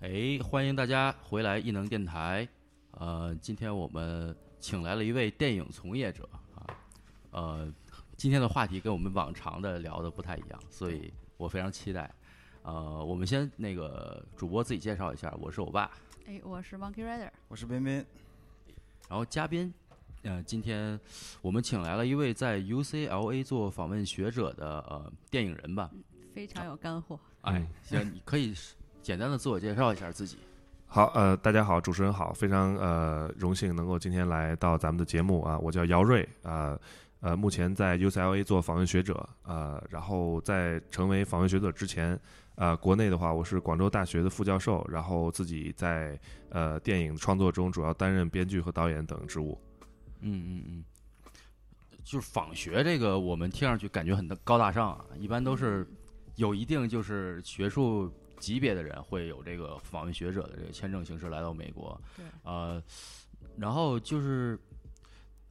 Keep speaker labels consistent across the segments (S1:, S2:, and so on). S1: 哎，欢迎大家回来异能电台。呃，今天我们请来了一位电影从业者啊。呃，今天的话题跟我们往常的聊的不太一样，所以我非常期待。呃，我们先那个主播自己介绍一下，我是我爸。
S2: 哎，我是 Monkey Rider，
S3: 我是彬彬，
S1: 然后嘉宾，呃，今天我们请来了一位在 UCLA 做访问学者的呃电影人吧。
S2: 非常有干货。
S1: 哎，行，你可以简单的自我介绍一下自己。
S4: 好，呃，大家好，主持人好，非常呃荣幸能够今天来到咱们的节目啊，我叫姚瑞啊、呃，目前在 UCLA 做访问学者啊、呃，然后在成为访问学者之前，呃，国内的话我是广州大学的副教授，然后自己在呃电影创作中主要担任编剧和导演等职务。
S1: 嗯嗯嗯，就是访学这个，我们听上去感觉很高大上啊，一般都是
S2: 嗯
S1: 有一定就是学术级别的人会有这个访问学者的这个签证形式来到美国，
S2: 对，
S1: 呃，然后就是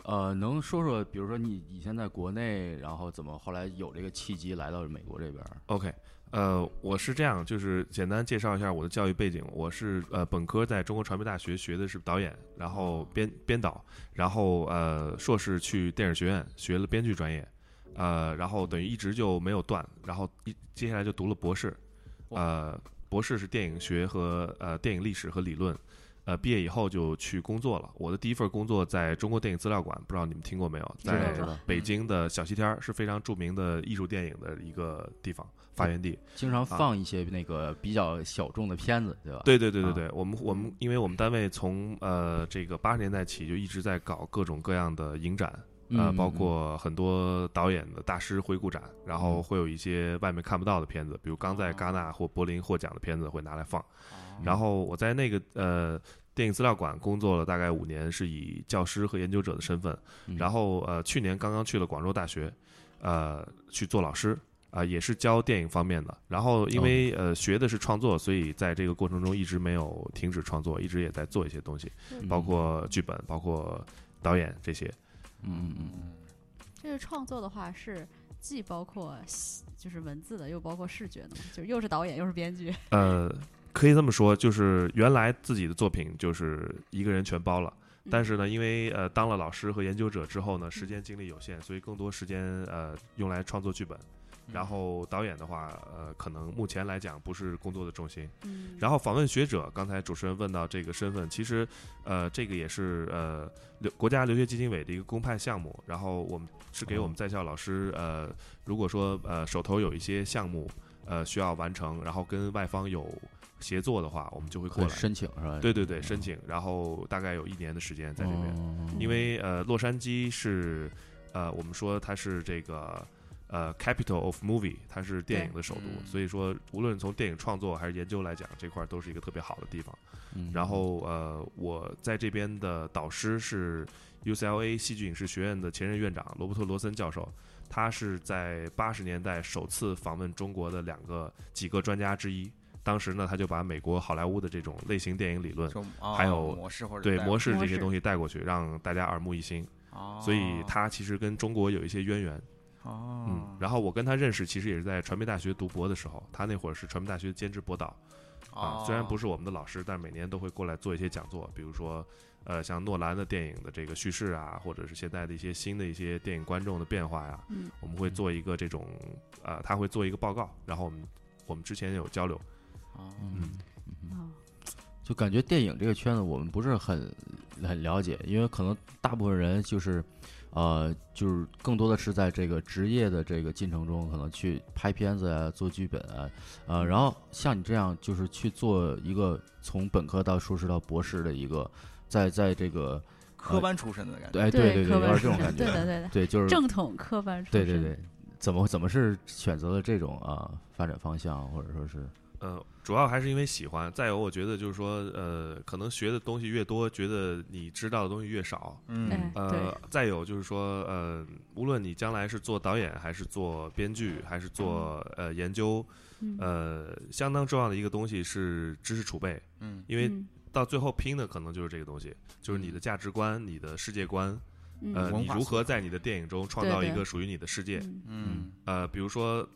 S1: 呃，能说说，比如说你以前在国内，然后怎么后来有这个契机来到美国这边儿？
S4: OK，呃，我是这样，就是简单介绍一下我的教育背景。我是呃本科在中国传媒大学学的是导演，然后编编导，然后呃硕士去电影学院学了编剧专业，呃，然后等于一直就没有断，然后一接下来就读了博士，呃，博士是电影学和呃电影历史和理论。呃，毕业以后就去工作了。我的第一份工作在中国电影资料馆，不知道你们听过没有？
S2: 知道
S4: 在
S2: 知道
S4: 北
S1: 嗯
S4: 京的小西天儿是非常著名的艺术电影的一个地方发源地。
S1: 经常放一些那个比较小众的片子，对吧？
S4: 对对对对
S1: 啊
S4: 对，我们我们因为我们单位从呃这个八十年代起就一直在搞各种各样的影展，呃，
S1: 嗯
S4: 包括很多导演的大师回顾展，然
S1: 嗯
S4: 后会有一些外面看不到的片子，比如刚在戛纳或柏林获奖的片子会拿来放。
S1: 哦
S4: 然后我在那个呃电影资料馆工作了大概五年，是以教师和研究者的身份。
S1: 嗯
S4: 然后呃，去年刚刚去了广州大学，呃，去做老师啊、也是教电影方面的。然后因
S1: 哦
S4: 为、呃学的是创作，所以在这个过程中一直没有停止创作，一直也在做一些东西，
S1: 嗯
S4: 包括剧本，包括导演这些。
S1: 嗯嗯嗯。
S2: 这个创作的话是既包括戏就是文字的，又包括视觉的嘛，就是又是导演又是编剧。
S4: 呃，可以这么说，就是原来自己的作品就是一个人全包了。
S2: 嗯
S4: 但是呢，因为呃当了老师和研究者之后呢，时间精力有限，所以更多时间呃用来创作剧本。
S1: 嗯
S4: 然后导演的话，呃，可能目前来讲不是工作的重心。
S2: 嗯，
S4: 然后访问学者，刚才主持人问到这个身份，其实，呃，这个也是呃留国家留学基金委的一个公派项目。然后我们是给我们在校老师，呃，如果说呃手头有一些项目，呃需要完成，然后跟外方有协作的话，我们就会
S1: 可
S4: 过
S1: 以
S4: 来。
S1: 申请是吧？哦
S4: 对对对，申请，然后大概有一年的时间在这边。
S1: 边
S2: 嗯
S4: 因为呃，洛杉矶是呃，我们说它是这个呃 capital of movie，它是电影的首
S3: 嗯
S4: 都，所以说无论从电影创作还是研究来讲，这块儿都是一个特别好的地方。
S1: 嗯
S4: 然后呃，我在这边的导师是 UCLA 戏剧影视学院的前任院长罗伯特·罗森教授，他是在八十年代首次访问中国的两个几个专家之一。当时呢，他就把美国好莱坞的这种类型电影理论。
S3: 就啊
S4: 嗯还有
S3: 模式或者
S4: 对
S3: 代码
S4: 模式这
S2: 模
S4: 些
S2: 式
S4: 东西带过去，让大家耳目一新。
S3: 哦
S4: 所以他其实跟中国有一些渊源。
S3: 哦，
S4: 嗯，然后我跟他认识，其实也是在传媒大学读博的时候，他那会儿是传媒大学兼职博导啊，虽然不
S3: 是
S4: 是我们的老师，但每年都会过来做一些讲座，比如说。呃，像诺兰的电影的这个叙事啊，或者是现在的一些新的一些电影观众的变化呀、
S2: 嗯
S4: 我们会做一个这种，呃，他会做一个报告，然后我们我们之前有交流，
S1: 嗯，
S2: 哦
S1: 就感觉电影这个圈子我们不是很很了解，因为可能大部分人就是，呃，就是更多的是在这个职业的这个进程中，可能去拍片子啊、做剧本啊，呃，然后像你这样就是去做一个从本科到硕士到博士的一个，在在这个，
S3: 科班出身的感觉，
S1: 哎，对对对，
S2: 科
S1: 有点
S2: 班
S1: 这
S2: 出
S1: 种
S2: 身，
S1: 感
S2: 对的
S1: 觉，
S2: 对的，
S1: 对，就是
S2: 正统科班出
S1: 对
S2: 身。
S1: 对对，怎么怎么是选择了这种啊发展方向，或者说是
S4: 呃，主要还是因为喜欢。再有，我觉得就是说，呃，可能学的东西越多，觉得你知道的东西越少，
S3: 嗯
S2: 哎，
S4: 呃，再有就是说，呃，无论你将来是做导演，还是做编剧，还是做呃研究，
S2: 嗯
S4: 呃，相当重要的一个东西是知识储备，
S3: 嗯
S4: 因为
S2: 嗯
S4: 到最后拼的可能就是这个东西，就是你的价值观、你的世界观，
S2: 嗯
S4: 呃，
S3: 文
S4: 你
S3: 化
S4: 如
S3: 思
S4: 何
S3: 考
S4: 在你的电影中创造
S2: 对
S4: 一
S2: 对
S4: 个属于你的世界。
S2: 嗯
S3: 嗯
S4: 呃，比如说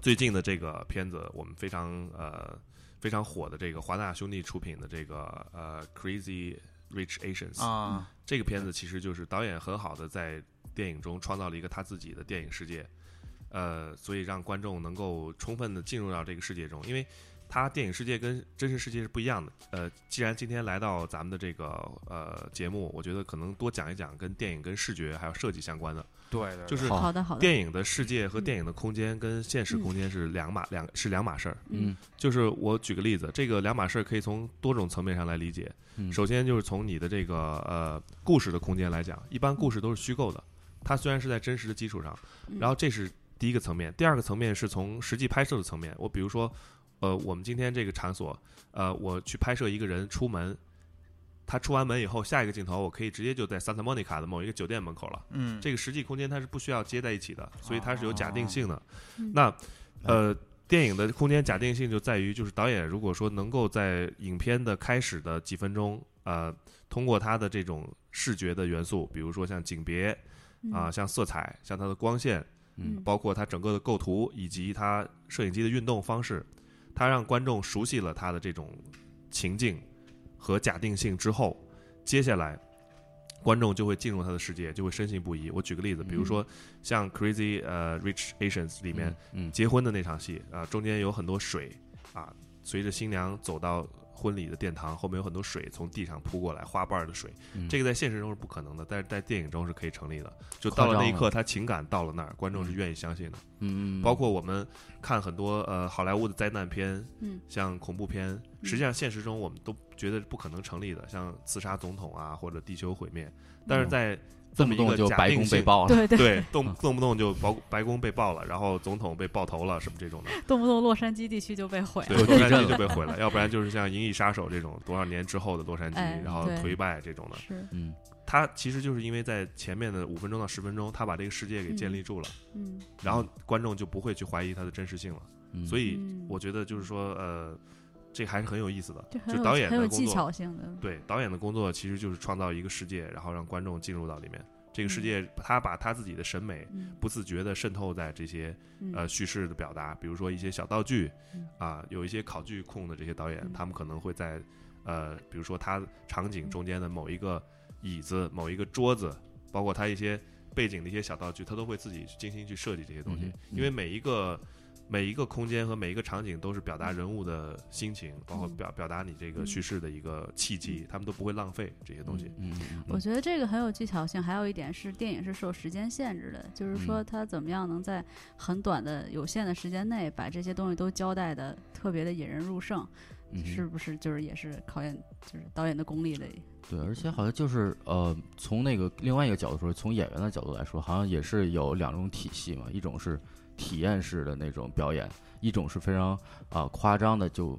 S4: 最近的这个片子，我们非常呃非常火的这个华纳兄弟出品的这个呃《Crazy Rich Asians》
S3: 啊，
S4: 这个片子其实就是导演很好的在电影中创造了一个他自己的电影世界，呃，所以让观众能够充分的进入到这个世界中，因为他电影世界跟真实世界是不一样的。呃，既然今天来到咱们的这个呃节目，我觉得可能多讲一讲跟电影、跟视觉还有设计相关的，
S3: 对对，
S4: 就是
S1: 好
S2: 好的好的，
S4: 电影的世界和电影的空间跟现实空间是两码两是两码事儿。
S1: 嗯
S4: 就是我举个例子，这个两码事儿可以从多种层面上来理解。
S1: 嗯
S4: 首先就是从你的这个呃故事的空间来讲，一般故事都是虚构的，它虽然是在真实的基础上，
S2: 嗯
S4: 然后这是第一个层面。第二个层面是从实际拍摄的层面，我比如说，呃，我们今天这个场所，呃，我去拍摄一个人出门，他出完门以后，下一个镜头我可以直接就在 Santa Monica 的某一个酒店门口了。
S3: 嗯，
S4: 这个实际空间它是不需要接在一起的，所以它是有假定性的。
S2: 嗯
S4: 那呃，电影的空间假定性就在于，就是导演如果说能够在影片的开始的几分钟，呃，通过他的这种视觉的元素，比如说像景别啊、
S2: 嗯
S4: 像色彩、像它的光线，
S1: 嗯
S4: 包括它整个的构图以及它摄影机的运动方式，它让观众熟悉了它的这种情境和假定性之后，接下来观众就会进入他的世界，就会深信不疑。我举个例子，比如说像《Crazy 呃 Rich Asians》里面
S1: 嗯
S4: 结婚的那场戏啊、中间有很多水啊，随着新娘走到婚礼的殿堂，后面有很多水从地上扑过来，花瓣儿的水。
S1: 嗯
S4: 这个在现实中是不可能的，但是在电影中是可以成立的。就到了那一刻，他情感到了那儿，观众是愿意相信的。
S1: 嗯嗯
S4: 包括我们看很多呃好莱坞的灾难片，
S2: 嗯
S4: 像恐怖片，实际上现实中我们都觉得不可能成立的，像刺杀总统啊或者地球毁灭，
S1: 嗯
S4: 但是在
S1: 动不
S4: 么一
S1: 动
S4: 个
S1: 就
S4: 假
S1: 白
S4: 定
S1: 宫被
S4: 性
S1: 爆了，
S2: 对对，
S4: 对 动动不动就白白宫被爆了，然后总统被爆头了什么这种的，
S2: 动不动洛杉矶地区就被毁了，
S4: 对，
S1: 有
S4: 洛
S1: 地
S4: 杉
S1: 震
S4: 矶
S1: 了
S4: 就被毁了，要不然就是像《银翼杀手》这种多少年之后的洛杉矶，
S2: 哎
S4: 然后
S2: 对
S4: 颓败这种的，
S2: 是
S1: 嗯
S4: 他其实就是因为在前面的五分钟到十分钟，他把这个世界给建立住了，
S2: 嗯，
S4: 然后观众就不会去怀疑它的真实性了。
S1: 嗯，
S4: 所以
S2: 嗯
S4: 我觉得就是说，呃，这还是很有意思的，
S2: 就很
S4: 就
S2: 有
S4: 导演
S2: 很有
S4: 的
S2: 技
S4: 工作，
S2: 巧性的，
S4: 对导演的工作其实就是创造一个世界，然后让观众进入到里面。这个世界，他把他自己的审美
S2: 嗯
S4: 不自觉地渗透在这些
S2: 嗯
S4: 呃叙事的表达，比如说一些小道具
S2: 嗯
S4: 啊、有一些考据控的这些导演
S2: 嗯，
S4: 他们可能会在呃，比如说他场
S1: 嗯
S4: 景中间的某一个椅子、某一个桌子，包括他一些背景的一些小道具，他都会自己精心去设计这些东西
S1: 嗯，哼
S4: 因为每一个。每一个空间和每一个场景都是表达
S1: 嗯
S4: 人物的心情，包括表表达你这个叙事的一个契机，他们都不会浪费这些东西。
S1: 嗯嗯
S2: 我觉得这个很有技巧性，还有一点是电影是受时间限制的，就是说
S1: 嗯
S2: 它怎么样能在很短的有限的时间内把这些东西都交代的特别的引人入胜，
S1: 嗯哼
S2: 是不是就是也是考验就是导演的功 力的？
S1: 对，而且好像就是呃，从那个另外一个角度说，从演员的角度来说，好像也是有两种体系嘛，一种是体验式的那种表演，一种是非常啊、夸张的，就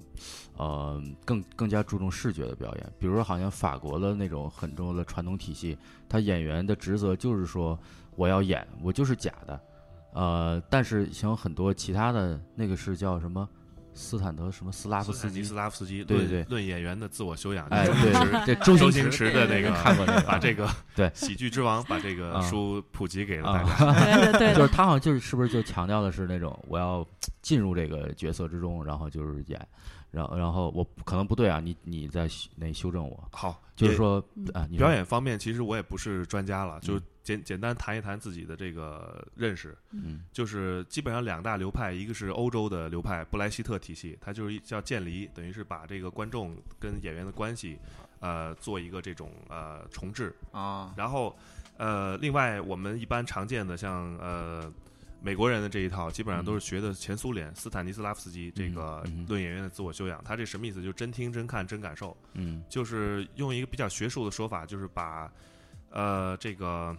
S1: 呃更更加注重视觉的表演。比如说，好像法国的那种很重要的传统体系，他演员的职责就是说我要演，我就是假的，呃，但是像很多其他的那个是叫什么斯坦德什么斯拉夫
S4: 斯
S1: 斯
S4: 坦尼
S1: 基。
S4: 斯拉夫斯基
S1: 对
S4: 论
S1: 对
S4: 论演员的自我修养，
S1: 哎，
S4: 周星驰
S1: 对，这周
S4: 周
S1: 星
S4: 星
S1: 驰
S4: 驰的那个
S1: 看过那个
S4: 把这个
S1: 对
S4: 喜剧之王把这个
S1: 啊
S4: 书普及给了 大家。
S1: 啊，
S2: 对 对
S1: 就是
S2: 对
S1: 他好像就是是不是就强调的是那种我要进入这个角色之中，然后就是演，然后然后我可能不对啊，你你在那修正我，
S4: 好，
S1: 就是
S4: 也
S1: 说
S2: 嗯
S1: 啊，你说
S4: 表演方面，其实我也不是专家了，就
S1: 嗯
S4: 简简单谈一谈自己的这个认识。
S1: 嗯
S4: 就是基本上两大流派，一个是欧洲的流派布莱希特体系，它就是一叫渐离，等于是把这个观众跟演员的关系，呃，做一个这种呃重置。
S3: 啊，
S4: 然后，呃，另外我们一般常见的像呃美国人的这一套，基本上都是学的前苏联、斯坦尼斯拉夫斯基这个
S1: 嗯嗯
S4: 论演员的自我修养。他这什么意思？就真听、真看、真感受，
S1: 嗯
S4: 就是用一个比较学术的说法，就是把呃这个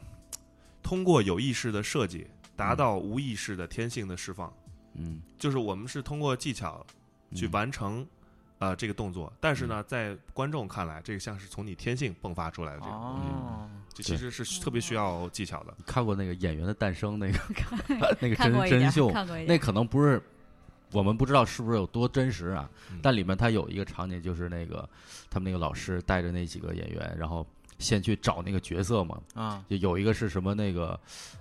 S4: 通过有意识的设计，达到无意识的天性的释放。
S1: 嗯，
S4: 就是我们是通过技巧去
S1: 嗯，
S4: 完成。呃，这个动作，但是呢，在观众看来，这个像是从你天性迸发出来的这个嗯东西，
S3: 哦，
S4: 这其实是特别需要技巧的。
S1: 你看过那个《演员的诞生》 那个那个
S2: 看
S1: 真
S2: 过一
S1: 真
S2: 点
S1: 秀，，
S2: 看过一
S1: 那
S2: 点，
S1: 可能不是。我们不知道是不是有多真实啊
S4: 嗯，
S1: 但里面它有一个场景，就是那个他们那个老师带着那几个演员，然后先去找那个角色嘛。
S3: 啊，
S1: 就有一个是什么那个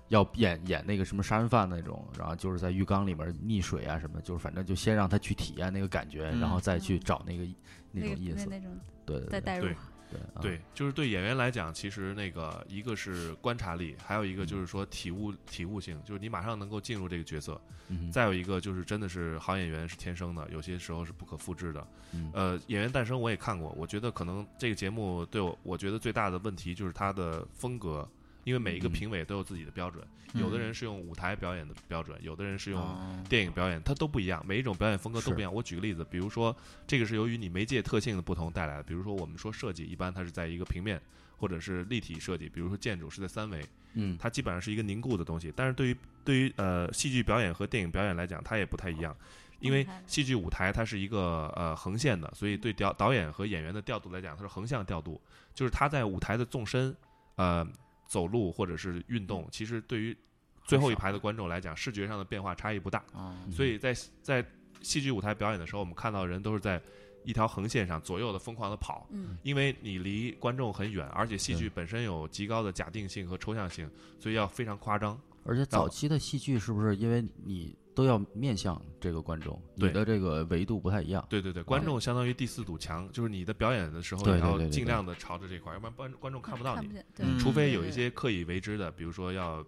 S1: 要演演那个什么杀人犯那种，然后就是在浴缸里面溺水啊什么，就是反正就先让他去体验那个感觉，
S3: 嗯
S1: 然后再去找那个那
S2: 那
S1: 种
S2: 个
S1: 意
S2: 那
S1: 思。
S2: 那种
S1: 对
S2: 再
S1: 对对
S2: 带入
S4: 对，
S1: 对啊
S4: 对，就是对演员来讲，其实那个一个是观察力，还有一
S1: 嗯
S4: 个就是说体悟体悟性，就是你马上能够进入这个角色。
S1: 嗯哼
S4: 再有一个就是真的是好演员是天生的，有些时候是不可复制的。
S1: 嗯
S4: 呃，《演员诞生》我也看过，我觉得可能这个节目对我，我觉得最大的问题就是它的风格，因为每一个
S1: 嗯
S4: 评委都有自己的标准，有的人是用舞台表演的标准，有的人是用
S3: 哦
S4: 电影表演，它都不一样，每一种表演风格都
S1: 是
S4: 不一样。我举个例子，比如说这个是由于你媒介特性的不同带来的，比如说我们说设计，一般它是在一个平面或者是立体设计，比如说建筑是在三维，
S1: 嗯
S4: 它基本上是一个凝固的东西。但是对于对于呃戏剧表演和电影表演来讲，它也不太一样，因为
S2: 动态的
S4: 戏剧舞台它是一个呃横线的，所以对导导演和演员的调度来讲，它是横向调度，就是他在舞台的纵深，呃走路或者是运动，其实对于最后一排的观众来讲，视觉上的变化差异不大。
S3: 哦
S1: 嗯
S4: 所以在在戏剧舞台表演的时候，我们看到人都是在一条横线上左右的疯狂的跑，
S2: 嗯，
S4: 因为你离观众很远，而且戏剧
S1: 对
S4: 本身有极高的假定性和抽象性，所以要非常夸张。
S1: 而且早期的戏剧是不是因为你都要面向这个观众，你
S4: 对
S1: 的这个维度不太一样？
S4: 对对对，观众相当于第四堵墙，就是你的表演的时候
S1: 对对
S4: 也要
S1: 对对对
S4: 尽量的朝着这块，要不然观观众看不到
S2: 看
S4: 你
S2: 不，见，对
S3: 嗯，
S4: 除非
S2: 对
S4: 有一
S2: 对
S4: 些刻意为之的，比如说要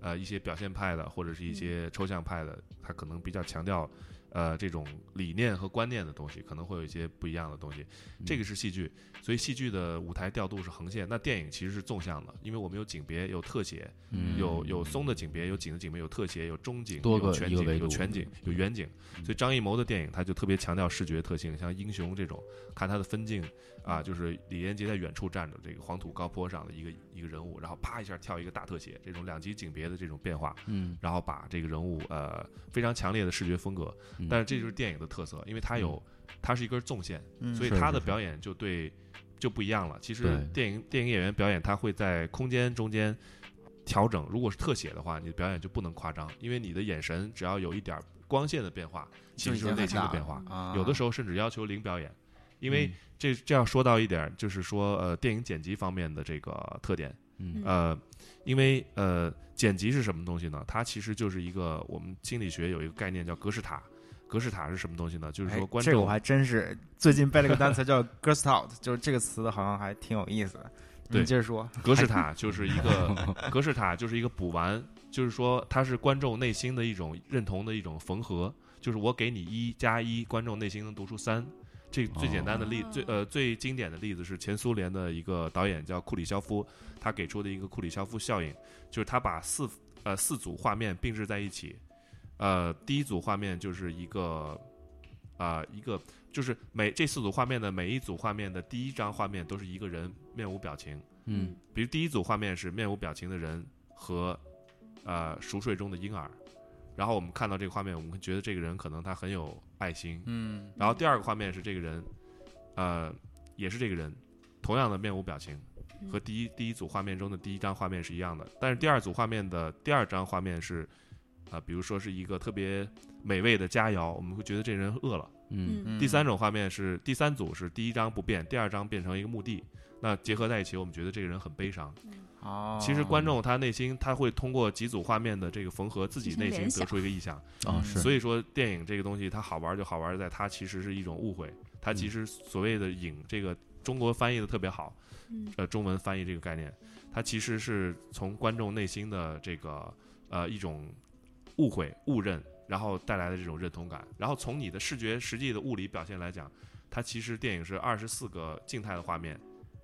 S4: 呃一些表现派的或者是一些抽象派的，他可能比较强调。呃，这种理念和观念的东西可能会有一些不一样的东西，这个是戏剧，所以戏剧的舞台调度是横线，那电影其实是纵向的，因为我们有景别，有特写，
S1: 嗯
S4: 有有松的景别，有紧的景别，有特写，有中景，
S1: 多个
S4: 有全
S1: 一个维
S4: 景，
S1: 度嗯
S4: 有全景，有远景。所以张艺谋的电影，他就特别强调视觉特性，像《英雄》这种，看他的分镜啊，就是李连杰在远处站着这个黄土高坡上的一个一个人物，然后啪一下跳一个大特写，这种两级景别的这种变化，
S1: 嗯，
S4: 然后把这个人物呃非常强烈的视觉风格
S1: 嗯，
S4: 但是这就是电影的特色，因为它有它是一根纵线，
S3: 嗯
S4: 所以
S1: 是
S4: 他
S1: 是
S4: 的
S1: 是
S4: 表演就对就不一样了。其实
S1: 对
S4: 电影电影演员表演，他会在空间中间调整。如果是特写的话，你的表演就不能夸张，因为你的眼神只要有一点儿光线的变化，其
S3: 就
S4: 实
S3: 已
S4: 就是
S3: 经
S4: 内
S3: 很
S4: 心的
S3: 大
S4: 变
S3: 了
S4: 化。
S3: 啊
S4: 有的时候甚至要求零表演，因
S1: 嗯
S4: 为这这要说到一点儿，就是说呃电影剪辑方面的这个特点，
S1: 嗯
S4: 呃，因为呃，剪辑是什么东西呢？它其实就是一个我们心理学有一个概念叫格式塔。格式塔是什么东西呢？就是
S3: 哎
S4: 说观
S3: 这个
S4: 众、
S3: 我还真是最近背了个单词叫 “ghost out”，就是这个词好像还挺有意思的。
S4: 对
S3: 你接着说。
S4: 格式塔就是一个格式塔就是一个补完，就是说它是观众内心的一种认同的一种缝合，就是我给你一加一，观众内心能读出三。这最简单的例，
S2: 哦
S4: 最呃最经典的例子是前苏联的一个导演叫库里肖夫，他给出的一个库里肖夫效应，就是他把四呃四组画面并置在一起，呃第一组画面就是一个啊、一个就是每这四组画面的每一组画面的第一张画面都是一个人面无表情，
S1: 嗯
S4: 比如第一组画面是面无表情的人和呃熟睡中的婴儿，然后我们看到这个画面，我们会觉得这个人可能他很有爱心。
S3: 嗯
S4: 然后第二个画面是这个人，呃，也是这个人，同样的面无表情，
S2: 嗯
S4: 和第一第一组画面中的第一张画面是一样的，但是第二组画面的第二张画面是，啊，比如说是一个特别美味的佳肴，我们会觉得这人饿了。
S1: 嗯
S2: 嗯
S4: 第三种画面是第三组是第一张不变，第二张变成一个墓地，那结合在一起，我们觉得这个人很悲伤。
S2: 嗯
S3: 哦，
S4: 其实观众他内心他会通过几组画面的这个缝合，自己内心得出一个意向。
S1: 啊
S3: 嗯
S1: 是，
S4: 所以说电影这个东西它好玩就好玩在它其实是一种误会，它其实所谓的影这个中国翻译的特别好，
S2: 嗯
S4: 呃，中文翻译这个概念，它其实是从观众内心的这个呃一种误会误认，然后带来的这种认同感，然后从你的视觉实际的物理表现来讲，它其实电影是二十四个静态的画面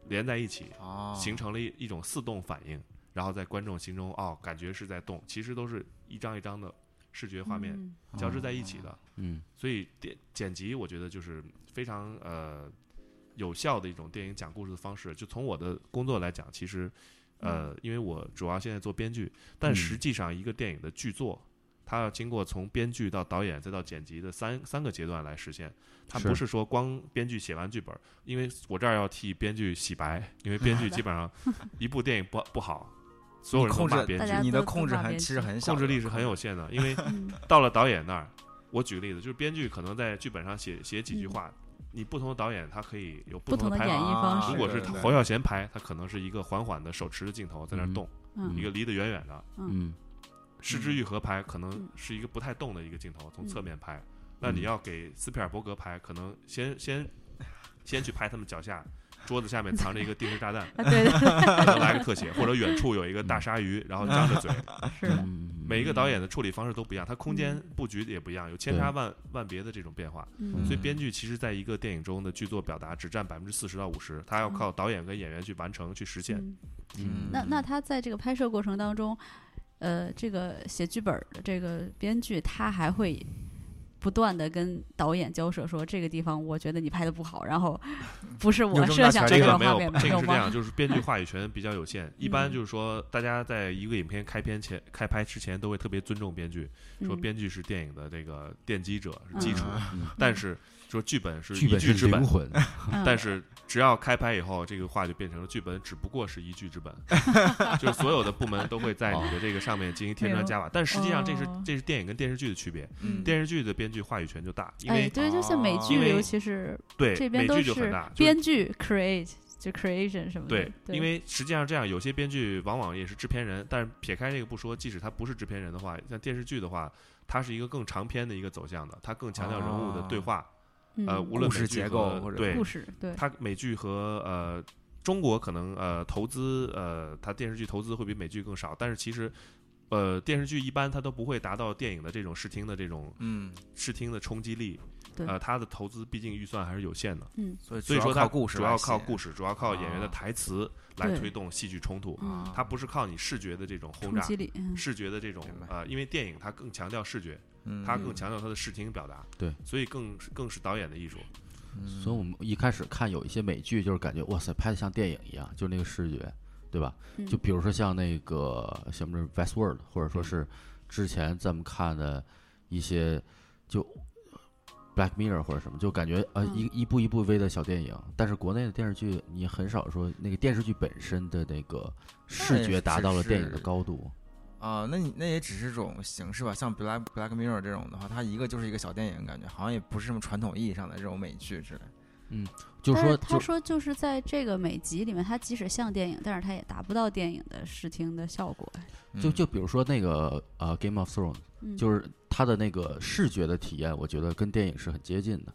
S4: 连在一起，
S3: 哦
S4: 形成了一一种四动反应，然后在观众心中哦，感觉是在动，其实都是一张一张的视觉画面
S2: 嗯
S4: 交织在一起的。
S1: 嗯
S4: 所以电剪辑，我觉得就是非常呃有效的一种电影讲故事的方式。就从我的工作来讲，其实呃，因为我主要现在做编剧，但
S1: 嗯
S4: 实际上一个电影的剧作。它要经过从编剧到导演再到剪辑的三三个阶段来实现，它
S1: 是
S4: 不是说光编剧写完剧本，因为我这儿要替编剧洗白，因为编剧基本上一部电影不不好，所有人都
S3: 控制
S4: 骂编
S2: 大
S4: 剧
S2: 家，
S3: 你的
S2: 都
S3: 控制
S2: 都骂
S3: 很
S2: 编
S3: 其
S2: 剧
S3: 实很小的，
S4: 控制力是很有限的，因为
S2: 嗯
S4: 到了导演那儿，我举个例子，就是编剧可能在剧本上写写几句话，你不同的导演他可以有
S2: 嗯不
S4: 同
S2: 同的
S4: 拍
S2: 演
S4: 法。
S2: 绎方
S3: 啊
S2: 式。
S4: 如果
S3: 对
S4: 是
S3: 对对
S4: 侯孝贤拍，他可能是一个缓缓的手持着镜头在那儿动，
S2: 嗯
S4: 一个离得远远的。
S1: 嗯
S4: 失之愈合拍可能
S2: 嗯
S4: 是一个不太动的一个镜头，从
S2: 嗯，
S4: 侧面拍。那你要给斯皮尔伯格拍，可能先先先去拍他们脚下桌子下面藏着一个定时炸弹
S2: 啊，对对，
S4: 给他来个特写，或者远处有一个大鲨鱼，
S2: 嗯
S4: 然后张着嘴，
S2: 是的，
S1: 嗯
S4: 每一个导演的处理方式都不一样，它空间布局也不一样，有千差
S1: 对
S4: 万万别的这种变化。
S2: 嗯，
S4: 所以编剧其实在一个电影中的剧作表达只占百分之四十到五十，他要靠导演跟演员去完成去实现。
S2: 嗯
S1: 嗯
S2: 那那他在这个拍摄过程当中，呃，这个写剧本儿的这个编剧，他还会不断的跟导演交涉，说这个地方我觉得你拍的不好，然 后不是
S3: 有
S2: 我
S3: 这么大
S2: 设想
S3: 权
S2: 的这
S3: 利
S4: 这个
S2: 种
S4: 没
S2: 画
S4: 有
S2: 面，，
S4: 这个
S2: 有
S4: 是这样，
S2: 吗？
S4: 就是编剧话语权比较有限。一般就是说，大家在一个影片开篇前、开拍之前，都会特别尊重编剧，说
S2: 嗯
S4: 编剧是电影的这个奠基者、是基
S3: 基
S4: 础
S3: 础，，
S4: 但是说剧本是
S1: 嗯剧
S4: 一
S1: 本
S4: 剧之
S1: 是
S4: 本
S1: 灵。魂，
S2: 嗯
S4: 但是只要开拍以后，这个话就变成了剧本只不过是一剧之本， 就是所有的部门都会在你
S3: 哦
S4: 的这个上面进行添砖加瓦。但实际上，这是
S2: 哦
S4: 这是电影跟电视剧的区别。
S2: 嗯
S4: 电视剧的编剧话语权就大，因
S2: 哎，
S4: 为哦
S2: 对，就像美
S4: 因
S2: 剧，
S4: 为
S2: 尤其是
S4: 对
S2: 这边
S4: 美
S2: 都
S4: 剧就是很大，就是
S2: 编剧 create 就 creation 什么的
S4: 对，，因为实际上这样，有些编剧往往也是制片人，但是撇开这个不说，即使他不是制片人的话，像电视剧的话，它是一个更长篇的一个走向的，它更强调人物的对话，呃，
S2: 嗯
S4: 无论
S3: 哦故事
S4: 美剧
S3: 结
S4: 和
S3: 构或者
S4: 对
S2: 故事对，
S4: 它美剧和呃中国可能呃投资呃它电视剧投资会比美剧更少，但是其实呃电视剧一般它都不会达到电影的这种视听的这种
S3: 嗯，
S4: 视听的冲击力，
S2: 对
S4: 呃它的投资毕竟预算还是有限的，
S3: 所以
S4: 所以说
S3: 主
S4: 它
S3: 要靠故事，
S4: 主要靠
S3: 事，
S4: 故事，主要靠演员的
S3: 啊
S4: 台词来
S2: 对
S4: 推动戏剧冲突，
S2: 嗯，
S4: 它不是靠你视觉的这种轰
S2: 冲
S4: 炸。
S2: 击力，嗯
S4: 视觉的这种
S3: 明白
S4: 呃，因为电影它更强调视觉，
S3: 嗯
S4: 它更强调它的视听表达，
S1: 对
S4: 所以更更是导演的艺术。
S3: 嗯
S1: 所以我们一开始看有一些美剧，就是感觉哇塞，拍的像电影一样，就那个视觉，对吧？
S2: 嗯
S1: 就比如说像那个什么《West World》，或者说是之前咱们看的一些就《Black Mirror》或者什么，就感觉呃
S2: 嗯
S1: 一一步一步微的小电影。但是国内的电视剧，你很少说那个电视剧本身的那个视觉达到了电影的高度。
S3: 啊，那你那也只是种形式吧，像 Black Black Mirror 这种的话，它一个就是一个小电影，感觉好像也不是什么传统意义上的这种美剧之类。
S1: 就是
S2: 但
S1: 说，
S2: 他
S1: 就
S2: 说就是在这个每集里面，它即使像电影，但是它也达不到电影的视听的效果。哎
S1: 就
S3: 嗯
S4: 哦
S1: 就比如说那个呃，《Game of Thrones》。
S2: 嗯，
S1: 就是它的那个视觉的体验，我觉得跟电影是很接近的，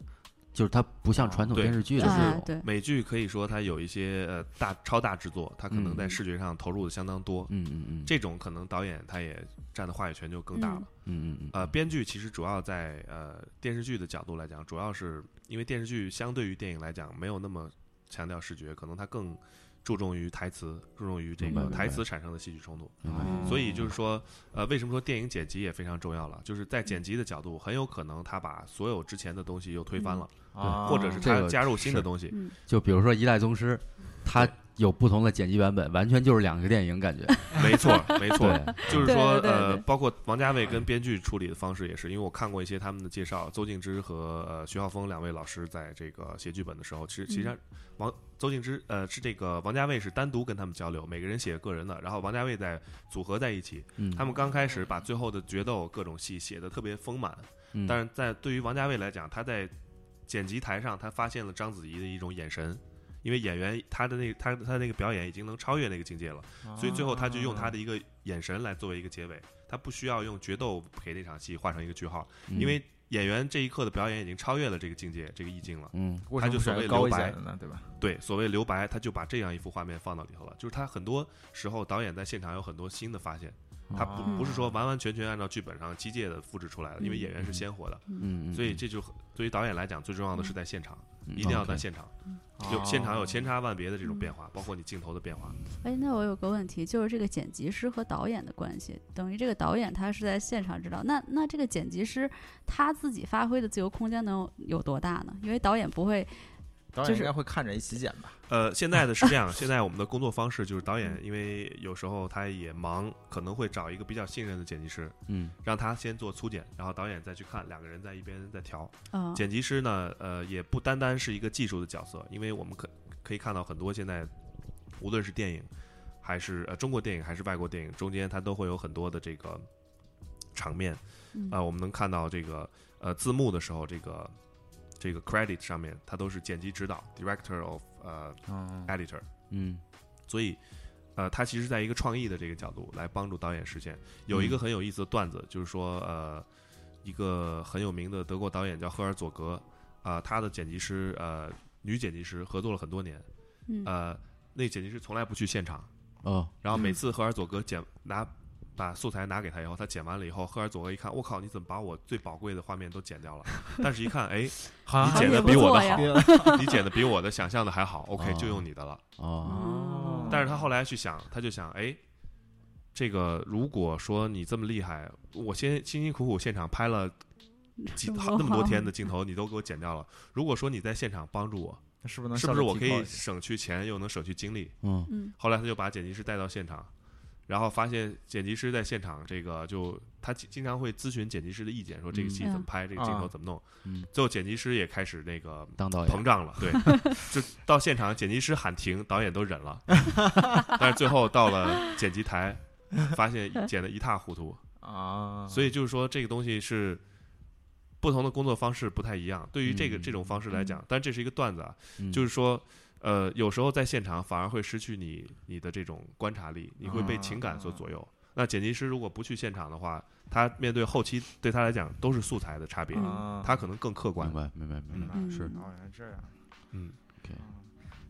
S1: 就是它不像传统
S4: 哦对
S1: 电视剧的
S4: 就
S1: 那
S2: 啊
S1: 种，，
S2: 对，
S4: 美剧可以说它有一些呃大超大制作，它可能
S1: 嗯
S4: 在视觉上投入的相当多，
S1: 嗯嗯嗯，
S4: 这种可能导演他也占的话语权就更大了。
S1: 嗯嗯
S4: 呃，编剧其实主要在呃电视剧的角度来讲，主要是因为电视剧相对于电影来讲没有那么强调视觉，可能它更注重于台词，注重于这
S1: 明白
S4: 个
S1: 明白
S4: 台词产生的戏剧冲突。
S1: 嗯，明白
S4: 所以就是说，呃，为什么说电影剪辑也非常重要了？就是在剪辑的角度，很有可能他把所有之前的东西又推翻了，
S3: 啊，
S4: 或者
S1: 嗯
S4: 是
S1: 哦这
S4: 他
S1: 个
S4: 加入新的
S1: 是
S4: 东西。
S2: 嗯，
S1: 就比如说《一代宗师》，它有不同的剪辑版本，完全就是两个电影感觉，
S4: 没错儿，没 错儿，
S1: 对，
S4: 就是
S2: 对对
S4: 说，
S2: 对
S4: 呃
S2: 对，
S4: 包括王家卫跟编剧处理的方式也是，因为我看过一些他们的介绍，邹静之和呃徐浩峰两位老师在这个写剧本的时候，其实
S2: 嗯
S4: 其实上王邹静之呃是这个王家卫是单独跟他们交流，每个人写个人的，然后王家卫再组合在一起。
S1: 嗯，
S4: 他们刚开始把最后的决斗各种戏写的特别丰满，
S1: 嗯
S4: 但是在对于王家卫来讲，他在剪辑台上他发现了章子怡的一种眼神。因为演员他的那他他那个表演已经能超越那个境界了，所以最后他就用
S1: 哦
S4: 他的一个眼神来作为一个结尾，他不需要用决斗给那场戏画上一个句号，
S1: 嗯
S4: 因为演员这一刻的表演已经超越了这个境界这个意境了。
S1: 嗯
S3: 为什么
S4: 就
S3: 啊不
S4: 所
S3: 选
S4: 谓
S3: 高
S4: 留
S3: 一
S4: 白
S3: 点的呢，对吧？
S4: 对，所谓留白，他就把这样一幅画面放到里头了。就是他很多时候导演在现场有很多新的发现，
S1: 哦
S4: 他不
S2: 嗯
S4: 不是说完完全全按照剧本上机械的复制出来的，因为
S2: 嗯
S4: 演员是鲜活的，
S1: 嗯，嗯
S4: 所以这就很对于导演来讲最重要的是在现场，一定要在现场，有
S3: 哦
S4: 现场有千差万别的这种变化，包括你镜头的变化。
S2: 哎，那我有个问题，就是这个剪辑师和导演的关系，等于这个导演他是在现场指导，那那这个剪辑师他自己发挥的自由空间能有多大呢？因为导演不会，
S3: 导
S2: 就
S3: 演
S2: 是
S3: 应该会看着一起剪吧？
S4: 呃，现在的是这样，现在我们的工作方式就是导演，因为有时候他也忙，可能会找一个比较信任的剪辑师，
S1: 嗯
S4: 让他先做粗剪，然后导演再去看，两个人在一边在调。
S2: 嗯、
S4: 剪辑师呢，呃，也不单单是一个技术的角色，因为我们可可以看到很多现在，无论是电影，还是呃中国电影还是外国电影，中间它都会有很多的这个场面，
S2: 嗯
S4: 啊、我们能看到这个呃字幕的时候，这个这个 credit 上面，它都是剪辑指导 director of 呃
S3: 嗯，
S4: editor，
S1: 嗯
S4: 所以呃，它其实在一个创意的这个角度来帮助导演实现。有一个很有意思的段子，就是说呃，一个很有名的德国导演叫赫尔佐格，啊、他的剪辑师呃女剪辑师合作了很多年，
S2: 嗯
S4: 呃，那剪辑师从来不去现场，
S1: 哦，
S4: 然后每次赫尔佐格剪拿把素材拿给他以后，他剪完了以后，赫尔佐格一看，我靠，你怎么把我最宝贵的画面都剪掉了？但是一看，哎，
S3: 好
S4: 你剪的
S2: 也不
S4: 比我
S2: 错
S4: 的
S2: 呀
S4: 好，你剪的比我的想象的还好，OK，
S1: 哦
S4: 就用你的了。
S1: 哦，
S3: 啊
S2: 哦
S4: 但是他后来去想，他就想，哎，这个如果说你这么厉害，我先辛辛苦苦现场拍了几好那么多
S3: 啊
S4: 天的镜头，你都给我剪掉了。如果说你在现场帮助我，
S3: 是不是能
S4: 是
S3: 效
S4: 不是
S3: 率
S4: 我
S3: 提
S4: 可
S3: 高
S4: 以
S3: 一些
S4: 省去钱，又能省去精力？
S1: 嗯，
S2: 嗯，
S4: 后来他就把剪辑师带到现场，然后发现剪辑师在现场这个就他经经常会咨询剪辑师的意见，说这个戏
S2: 嗯
S4: 怎么拍，这个镜头
S3: 啊
S4: 怎么弄。
S1: 嗯
S4: 最后剪辑师也开始那个
S1: 当导演
S4: 膨胀了， 对，就到现场剪辑师喊停，导演都忍 了，但是最后到了剪辑台，发现剪得一塌 糊涂。
S3: 啊？
S1: 嗯
S4: 所以就是说，这个东西是不同的工作方式不太一样。对于这个
S1: 嗯
S4: 这种方式来讲
S2: 嗯，
S4: 但这是一个段子啊，就是是说，呃，有时候在现场反而会失去你你的这种观察力，你会被情感所左
S1: 嗯
S4: 右。那剪辑师如果不去现场的话，他面对后期对他来讲都是素材的差别，
S2: 嗯
S3: 啊，
S4: 他可能更客观
S1: 明。白明白明白，
S2: 嗯
S1: 是
S3: 哦，原来这样。
S4: 嗯，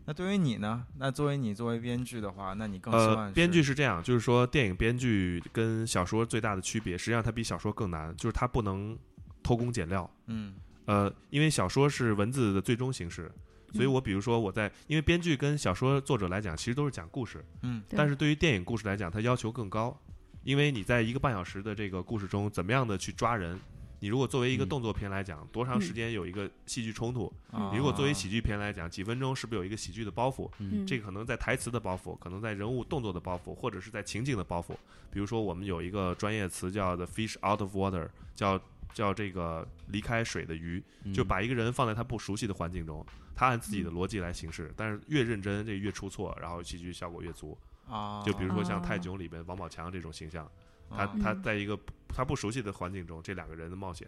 S3: 那对于你呢？那作为你作为编剧的话，那你更希望
S4: 呃，
S3: 是
S4: 编剧是这样，就是说电影编剧跟小说最大的区别，实际上它比小说更难，就是它不能偷工减料。
S3: 嗯
S4: 呃，因为小说是文字的最终形式，所以我比如说我在，因为编剧跟小说作者来讲，其实都是讲故事，
S3: 嗯
S2: 对
S4: 但是对于电影故事来讲，它要求更高，因为你在一个半小时的这个故事中，怎么样的去抓人？你如果作为一个
S1: 嗯
S4: 动作片来讲，多长时间有一个戏剧冲突？
S3: 哦
S4: 你如果作为喜剧片来讲，几分钟是不是有一个喜剧的包袱？
S2: 嗯
S4: 这个可能在台词的包袱，可能在人物动作的包袱，或者是在情景的包袱。比如说，我们有一个专业词叫 “the fish out of water”，叫叫这个离开水的鱼，
S1: 嗯
S4: 就把一个人放在他不熟悉的环境中，他按自己的逻辑来行事，但是越认真，这越出错，然后喜剧效果越足。
S3: 啊，
S4: 就比如说像
S2: 哦
S4: 《泰囧》里面王宝强这种形象，他
S3: 啊
S4: 他
S2: 嗯
S4: 在一个不他不熟悉的环境中，这两个人的冒险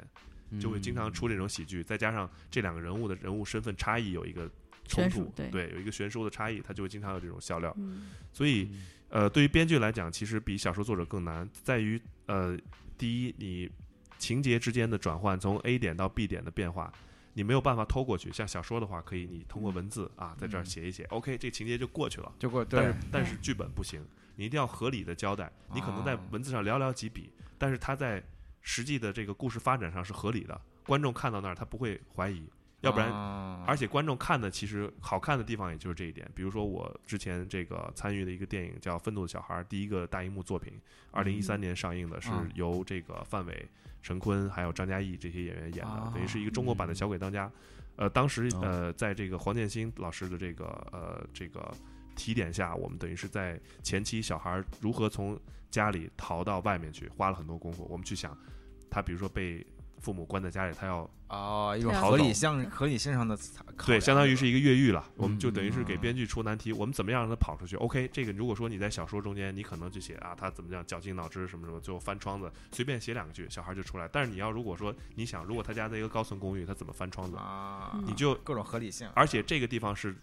S1: 嗯
S4: 就会经常出这种喜剧，再加上这两个人物的人物身份差异有一个冲
S2: 悬
S4: 突
S2: 殊，对
S4: 有一个悬殊的差异，他就会经常有这种笑料。
S2: 嗯
S4: 所以，呃，对于编剧来讲，其实比小说作者更难，在于呃，第一，你情节之间的转换，从 A 点到 B 点的变化。你没有办法偷过去，像小说的话，可以你通过文字啊，在这儿
S3: 嗯
S4: 写一写、o k 这情节就过去了。
S3: 就过
S4: 但
S3: 对
S4: 是但是剧本不行，你一定要合理的交代。你可能在
S3: 哦
S4: 文字上寥寥几笔，但是它在实际的这个故事发展上是合理的，观众看到那儿他不会怀疑，要不然。
S3: 然
S4: 而且观众看的其实好看的地方也就是这一点，比如说我之前这个参与的一个电影叫《愤怒的小孩》，第一个大荧幕作品，二零一三年上映的，是
S3: 嗯
S4: 由这个范伟、陈坤还有张嘉译这些演员演的
S3: 哦，
S4: 等于是一个中国版的《小鬼当家》。呃，当时
S1: 哦
S4: 呃，在这个黄建新老师的这个呃这个提点下，我们等于是在前期小孩如何从家里逃到外面去，花了很多功夫。我们去想，他比如说被父母关在家里，他要
S3: 哦，一种
S2: 对啊
S3: 合
S4: 好
S3: 理
S4: 懂
S3: 性合理性上的考量
S4: 对，相当于是一个越狱了。我们就
S1: 嗯
S4: 等于是给
S3: 嗯
S4: 编剧出难题，我们怎么样让他跑出去？OK，这个如果说你在小说中间，你可能就写啊，他怎么样绞尽脑汁什么什么，最后翻窗子，随便写两句，小孩就出来。但是你要如果说你想，如果他家在一个高层公寓，他怎么翻窗子？
S3: 啊，
S2: 嗯
S4: 你就
S3: 各种合理性，
S4: 而且这个地方是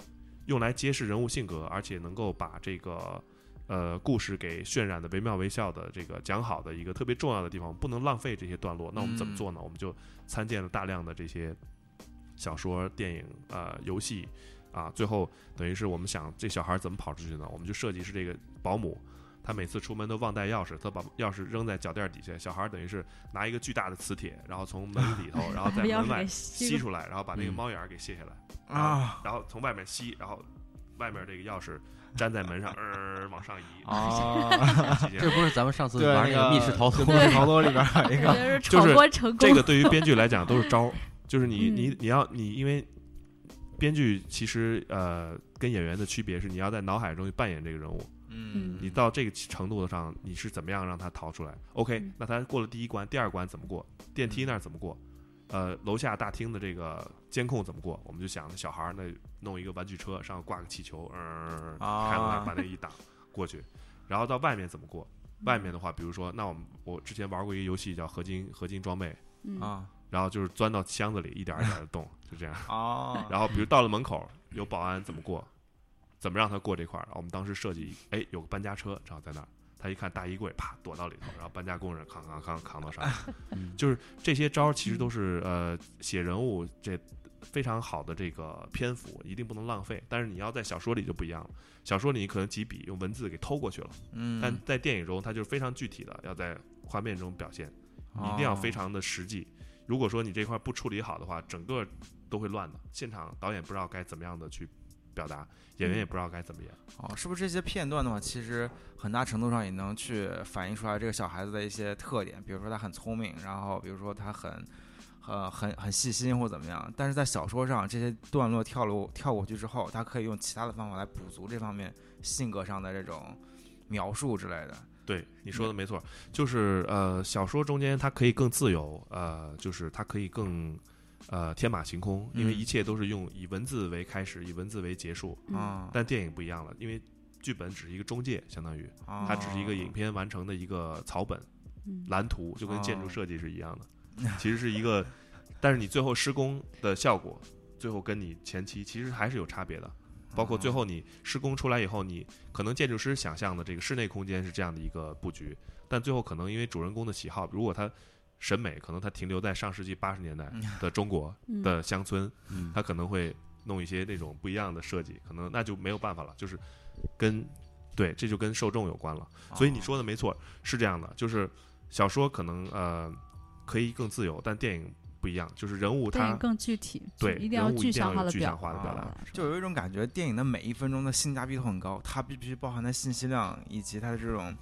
S4: 用来揭示人物性格，而且能够把这个呃故事给渲染的惟妙惟肖的这个讲好的一个特别重要的地方，不能浪费这些段落。那我们怎么做呢？我们就参见了大量的这些小说、电影、呃游戏啊，最后等于是我们想这小孩怎么跑出去呢？我们就设计是这个保姆。他每次出门都忘带钥匙，他把钥匙扔在脚垫底下。小孩等于是拿一个巨大的磁铁，然后从门里头，然后在
S2: 把钥
S4: 门
S2: 匙
S4: 外
S2: 给
S4: 吸
S2: 吸了
S4: 出来，然后把那个
S1: 嗯
S4: 猫眼儿给卸下来。
S3: 啊
S4: 然后从外面吸，然后外面这个钥匙粘在门上，呃，往上移，
S3: 啊，
S4: 吸进
S1: 这
S4: 来
S1: 不是咱们上次
S3: 对
S1: 玩那
S3: 那
S1: 个
S3: 个
S1: 密室逃脱
S3: 故
S1: 吗
S3: 事逃 脱里边儿有一
S2: 这就是
S3: 个
S4: 就
S2: 闯
S4: 是
S2: 关成功
S4: 这个对于编剧来讲都是招儿，就是你
S2: 嗯
S4: 你你要你因为。编剧其实呃，跟演员的区别是，你要在脑海中去扮演这个人物，
S3: 嗯，
S4: 你到这个程度上，你是怎么样让他逃出来？OK，
S2: 嗯
S4: 那他过了第一关，第二关怎么过？
S3: 嗯
S4: 电梯那儿怎么过？呃，楼下大厅的这个监控怎么过？我们就想小孩儿那弄一个玩具车，上面挂个气球，嗯、
S3: 啊
S4: 开过来把那一挡过去，然后到外面怎么过？外面的话，比如说，那我们我之前玩过一个游戏叫合金合金装备，
S2: 嗯
S3: 啊
S4: 然后就是钻到箱子里，一点儿一点的动，就这样。
S3: 哦，
S4: 然后比如到了门口，有保安怎么过，怎么让他过这块儿。然后我们当时设计，哎，有个搬家车正好在那儿，他一看大衣柜，啪躲到里头，然后搬家工人扛扛扛扛到上面。
S1: 嗯
S4: 就是这些招儿其实都是呃写人物这非常好的这个篇幅，一定不能浪费。但是你要在小说里就不一样了，小说里可能几笔用文字给偷过去了，
S3: 嗯，
S4: 但在电影中它就是非常具体的，要在画面中表现。
S3: 哦
S4: 一定要非常的实际。如果说你这块不处理好的话，整个都会乱的。现场导演不知道该怎么样的去表达，演
S3: 嗯
S4: 员也不知道该怎么演。
S3: 哦，是不是这些片段的话，其实很大程度上也能去反映出来这个小孩子的一些特点，比如说他很聪明，然后比如说他很。呃，很很细心或怎么样，但是在小说上这些段落跳楼跳过去之后，他可以用其他的方法来补足这方面性格上的这种描述之类的。
S4: 对你
S3: 嗯
S4: 说的没错，就是呃，小说中间它可以更自由，呃，就是它可以更呃天马行空，因为
S3: 嗯
S4: 一切都是用以文字为开始，以文字为结束。
S2: 嗯，
S3: 啊、
S4: 但电影不一样了，因为剧本只是一个中介，相当于
S3: 哦
S4: 它只是一个影片完成的一个草本。
S2: 嗯
S4: 蓝图，就跟建筑
S3: 哦
S4: 设计是一样的，其实是一个，但是你最后施工的效果，最后跟你前期其实还是有差别的。包括最后你施工出来以后，你可能建筑师想象的这个室内空间是这样的一个布局，但最后可能因为主人公的喜好，如果他审美可能他停留在上世纪八十年
S3: 嗯
S4: 代的中国
S2: 嗯
S4: 的乡村，
S1: 嗯
S4: 他可能会弄一些那种不一样的设计，可能那就没有办法了，就是跟对，这就跟受众有关了。
S2: 啊
S3: 哦
S4: 所以你说的没错，是这样的，就是小说可能呃可以更自由，但电影不一样，就是人物
S2: 电
S4: 他
S2: 影更具体，
S4: 对
S2: 一定要
S4: 人物一
S2: 具
S4: 定
S2: 象
S4: 要
S2: 化
S4: 有
S2: 的
S4: 具象
S2: 表
S4: 化的
S3: 表
S4: 表
S3: 达
S4: 达。
S2: 达，
S3: 就有一种感觉，电影的每一分钟的性价比都很高，它必须包含的信息量以及它的这种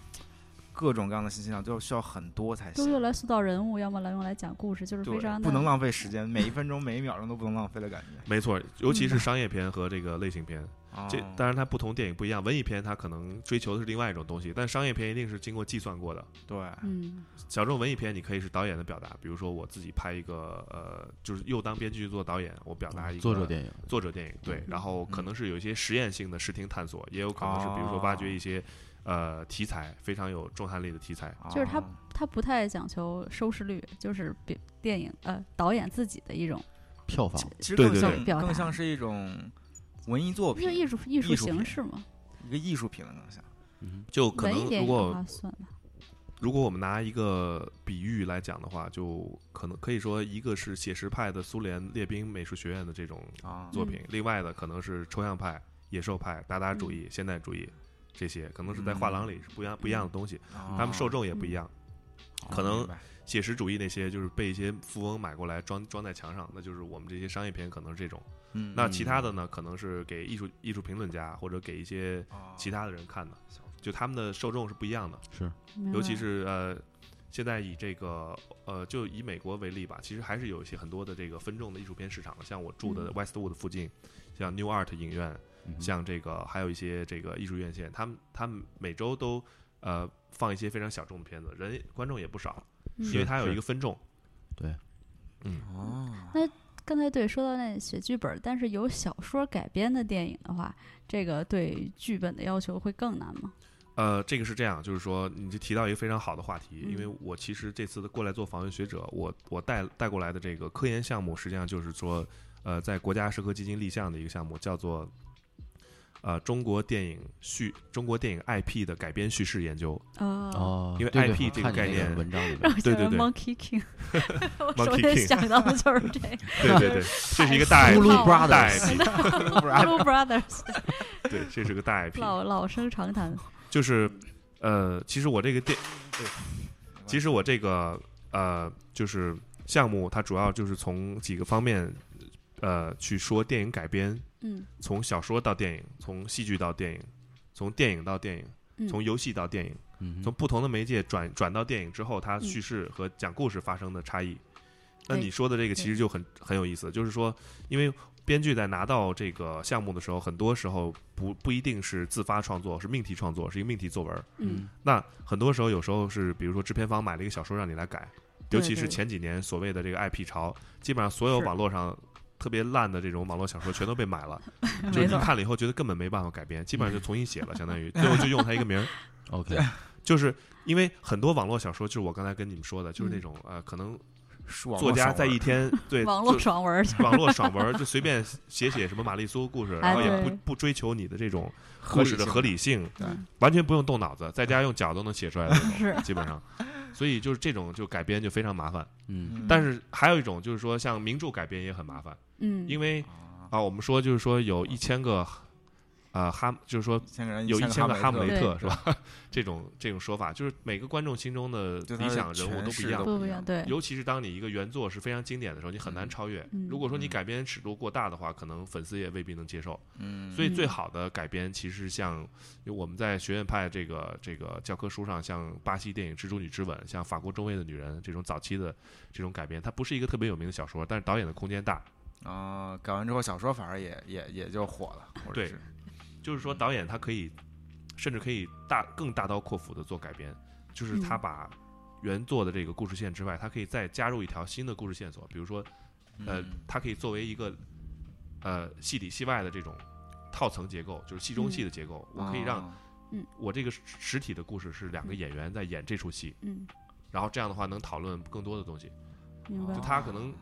S3: 各种各样的信息量，都需要很多才
S2: 都用
S3: 行。
S2: 来塑造人物，要么来用来讲故事，就是非
S3: 对，
S2: 常
S3: 不能
S2: 的
S3: 浪费时间，每一分钟每一秒钟都不能浪费的感觉。
S4: 没错，尤其
S2: 嗯
S4: 是商业片和这个类型片，这
S3: 哦
S4: 当然它不同电影不一样。文艺片它可能追求的是另外一种东西，但商业片一定是经过计算过的。
S3: 对，
S2: 嗯
S4: 小众文艺片你可以是导演的表达，比如说我自己拍一个呃，就是又当编剧又做导演，我表达一个
S1: 哦作者电影，
S4: 作者电影，对
S2: 嗯，
S4: 然后可能是有一些实验性的视听探索，也有可能是比如说挖掘一些、呃题材非常有震撼力的题材。
S2: 就是它
S3: 哦
S2: 他不太讲求收视率，就是比电影呃导演自己的一种
S1: 票房
S3: 其实
S4: 对
S3: 更
S4: 对
S3: 像
S2: 对表达
S3: 更像是一种文艺作
S2: 一个
S3: 品，
S2: 艺术艺术
S3: 艺术
S2: 形
S3: 品
S2: 式嘛，
S3: 一个艺术品了，更像。
S1: 嗯
S4: 就可
S2: 文
S4: 能
S2: 艺电
S4: 如
S2: 影的
S4: 果
S2: 话算吧，
S4: 如果我们拿一个比喻来讲的话，就可能可以说一个是写实派的苏联列兵美术学院的这种
S3: 啊，
S4: 作
S2: 嗯
S4: 品，另外的可能是抽象派、野兽派、达达主义、
S2: 嗯
S4: 现代主义这些，可能是在画廊里是不一样不一样的东西，
S2: 嗯
S4: 他们受众
S2: 哦
S4: 也不一样。
S3: 哦
S4: 可能
S3: 明白
S4: 写实主义那些就是被一些富翁买过来装装在墙上，那就是我们这些商业片可能是这种。
S3: 嗯，
S4: 那其他的呢，可能是给艺术艺术评论家或者给一些
S3: 哦
S4: 其他的人看的，就他们的受众是不一样的。
S1: 是
S2: 明
S4: 尤其
S2: 白
S4: 是呃，现在以这个呃，就以美国为例吧，其实还是有一些很多的这个分众的艺术片市场的，像我住的
S2: 嗯
S4: Westwood 附近，像 New Art 影院，
S1: 嗯
S4: 像这个还有一些这个艺术院线，他们他们每周都呃放一些非常小众的片子，人观众也不少，
S2: 嗯
S4: 因为它有
S1: 是
S4: 一个分众。
S3: 哦，
S2: 刚才对说到那写剧本，但是由小说改编的电影的话，这个对剧本的要求会更难吗？
S4: 呃，这个是这样，就是说，你就提到一个非常好的话题，
S2: 嗯
S4: 因为我其实这次的过来做访问学者，我我带带过来的这个科研项目，实际上就是说，呃，在国家社科基金立项的一个项目，叫做呃中国电影叙中国电影 IP 的改编叙事研究。
S2: 哦，
S1: 哦，
S4: 因为
S1: 对对
S4: IP
S1: 我
S4: 这
S1: 看
S4: 个
S1: 你
S4: 概
S1: 那
S4: 念
S1: 文章里 面
S2: 让 我想
S4: 对
S2: 到
S4: 对
S2: Monkey King，我
S4: Monkey
S2: 首先
S4: King
S2: 想到的就是这 个
S4: 对 对对，这是一个大
S2: 太
S4: IP，
S2: 棒了
S4: 大 IP，
S2: Blue Brothers，
S4: 对，这是个大 IP，
S2: 老老生常谈。
S4: 就是呃，其实我这个电
S3: 明白
S4: 其实我这个呃，就是项目，它主要就是从几个方面，呃，去说电影改编，
S2: 嗯
S4: 从小说到电影，从戏剧到电影，从电影到电影，
S2: 嗯
S4: 从游戏到电影，
S1: 嗯
S4: 从不同的媒介转转到电影之后，它
S2: 嗯
S4: 叙事和讲故事发生的差异。那
S2: 对
S4: 你说的这个其实就很很有意思，就是说，因为编剧在拿到这个项目的时候，很多时候不不一定是自发创作，是命题创作，是一个命题作文。
S2: 嗯，
S4: 那很多时候，有时候是比如说制片方买了一个小说让你来改，尤
S2: 对
S4: 其是
S2: 对
S4: 前几年所谓的这个 IP 潮，基本上所有
S2: 是
S4: 网络上特别烂的这种网络小说全都被买 了，就是
S2: 没
S4: 你
S2: 错，
S4: 看了以后觉得根本没办法改编，基本上就重新写了，相 当于最后就用它一个名儿，
S1: OK
S4: 就是因为很多网络小说就是我刚才跟你们说的，就是那种呃可能
S3: 是网络
S4: 作家
S3: 爽
S4: 在
S3: 文
S4: 一
S3: 儿
S4: 天对
S2: 嗯网络
S4: 就
S2: 爽文儿去，
S4: 网络爽文儿，就随便写写什么玛丽苏故事，
S2: 哎
S4: 然后也不
S2: 对
S4: 不追求你的这种
S3: 合
S4: 故
S3: 理
S4: 事的
S3: 性
S4: 合理性，
S3: 对
S2: 嗯
S4: 完全不用动脑子，在家用脚都能写出来的那种，
S2: 是
S4: 基本上。所以就是这种就改编就非常麻烦，
S1: 嗯
S4: 但是还有一种就是说像名著改编也很麻烦，
S2: 嗯，
S4: 因为
S3: 啊
S4: 啊，我们说就是说有一千个，呃哈，就是说
S3: 一千个人
S4: 有一千个哈姆雷
S2: 雷
S4: 特
S2: 特
S4: 是吧？ 这种这种说法，就是每个观众心中的
S3: 对
S4: 理
S3: 他的
S4: 想人物
S3: 诠
S4: 都不一
S3: 释
S4: 样
S3: 都
S2: 不
S3: 不
S2: 一
S3: 一
S2: 样，
S3: 样
S2: 对，
S4: 尤其是当你一个原作是非常经典的时候，你很难超越。
S2: 嗯
S4: 如果说你
S3: 嗯
S4: 改编尺度过大的话，可能粉丝也未必能接受。
S3: 嗯，
S4: 所以
S2: 嗯
S4: 最好的改编，其实像因为我们在学院派这个这个教科书上，像巴西电影《蜘蛛女之吻》、像法国中尉的女人这种早期的这种改编，它不是一个特别有名的小说，但是导演的空间大，
S3: 啊，改完之后小说反而也也也就火了，或者
S4: 对
S3: 是
S4: 就是说导演他可以，甚至可以大更大刀阔斧的做改编，就是他
S2: 嗯
S4: 把原作的这个故事线之外，他可以再加入一条新的故事线索，比如说呃
S3: 嗯，
S4: 它可以作为一个呃戏里戏外的这种套层结构，就是戏中戏的结构。我可以让
S3: 啊
S4: 我这个实实体的故事是两个演员在演这出戏，
S2: 嗯，
S4: 然后这样的话能讨论更多的东西。
S2: 明白
S4: 就
S3: 哦
S4: 他可能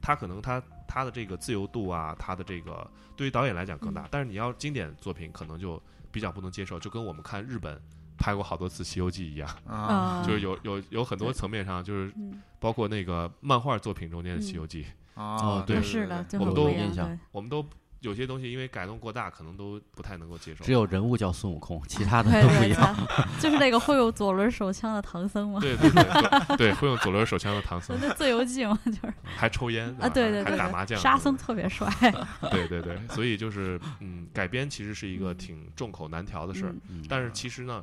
S4: 他可能他他的这个自由度啊，他的这个对于导演来讲更
S2: 嗯
S4: 大，但是你要经典作品可能就比较不能接受，就跟我们看日本。拍过好多次《西游记》一样，
S3: 啊
S4: 就是有有有很多层面上，就是
S2: 嗯，
S4: 包括那个漫画作品中间的《西
S2: 嗯
S4: 游记》，
S1: 哦
S3: 啊，
S1: 对
S2: 啊是的，就
S4: 我
S2: 很
S4: 们
S2: 不
S4: 都
S2: 一样，
S1: 印象
S2: 对，
S4: 我们都有些东西因为改动过大，可能都不太能够接 受。
S1: 只有人物叫孙悟空，其 他的
S2: 对
S1: 都不一
S2: 对
S1: 样。
S2: 对，就是那个会用左轮手枪的唐僧 嘛，
S4: 对对对对对，会用左轮手枪的唐僧，
S2: 那自由记嘛，就是
S4: 还抽 烟
S2: 啊，对对
S4: 还
S2: 对
S4: 打麻
S2: 对，
S4: 将，
S2: 沙僧特别帅，
S4: 对对对，所以就是嗯，改编其实是一个挺众口难调的事儿，
S2: 嗯
S1: 嗯
S4: 但是其实呢，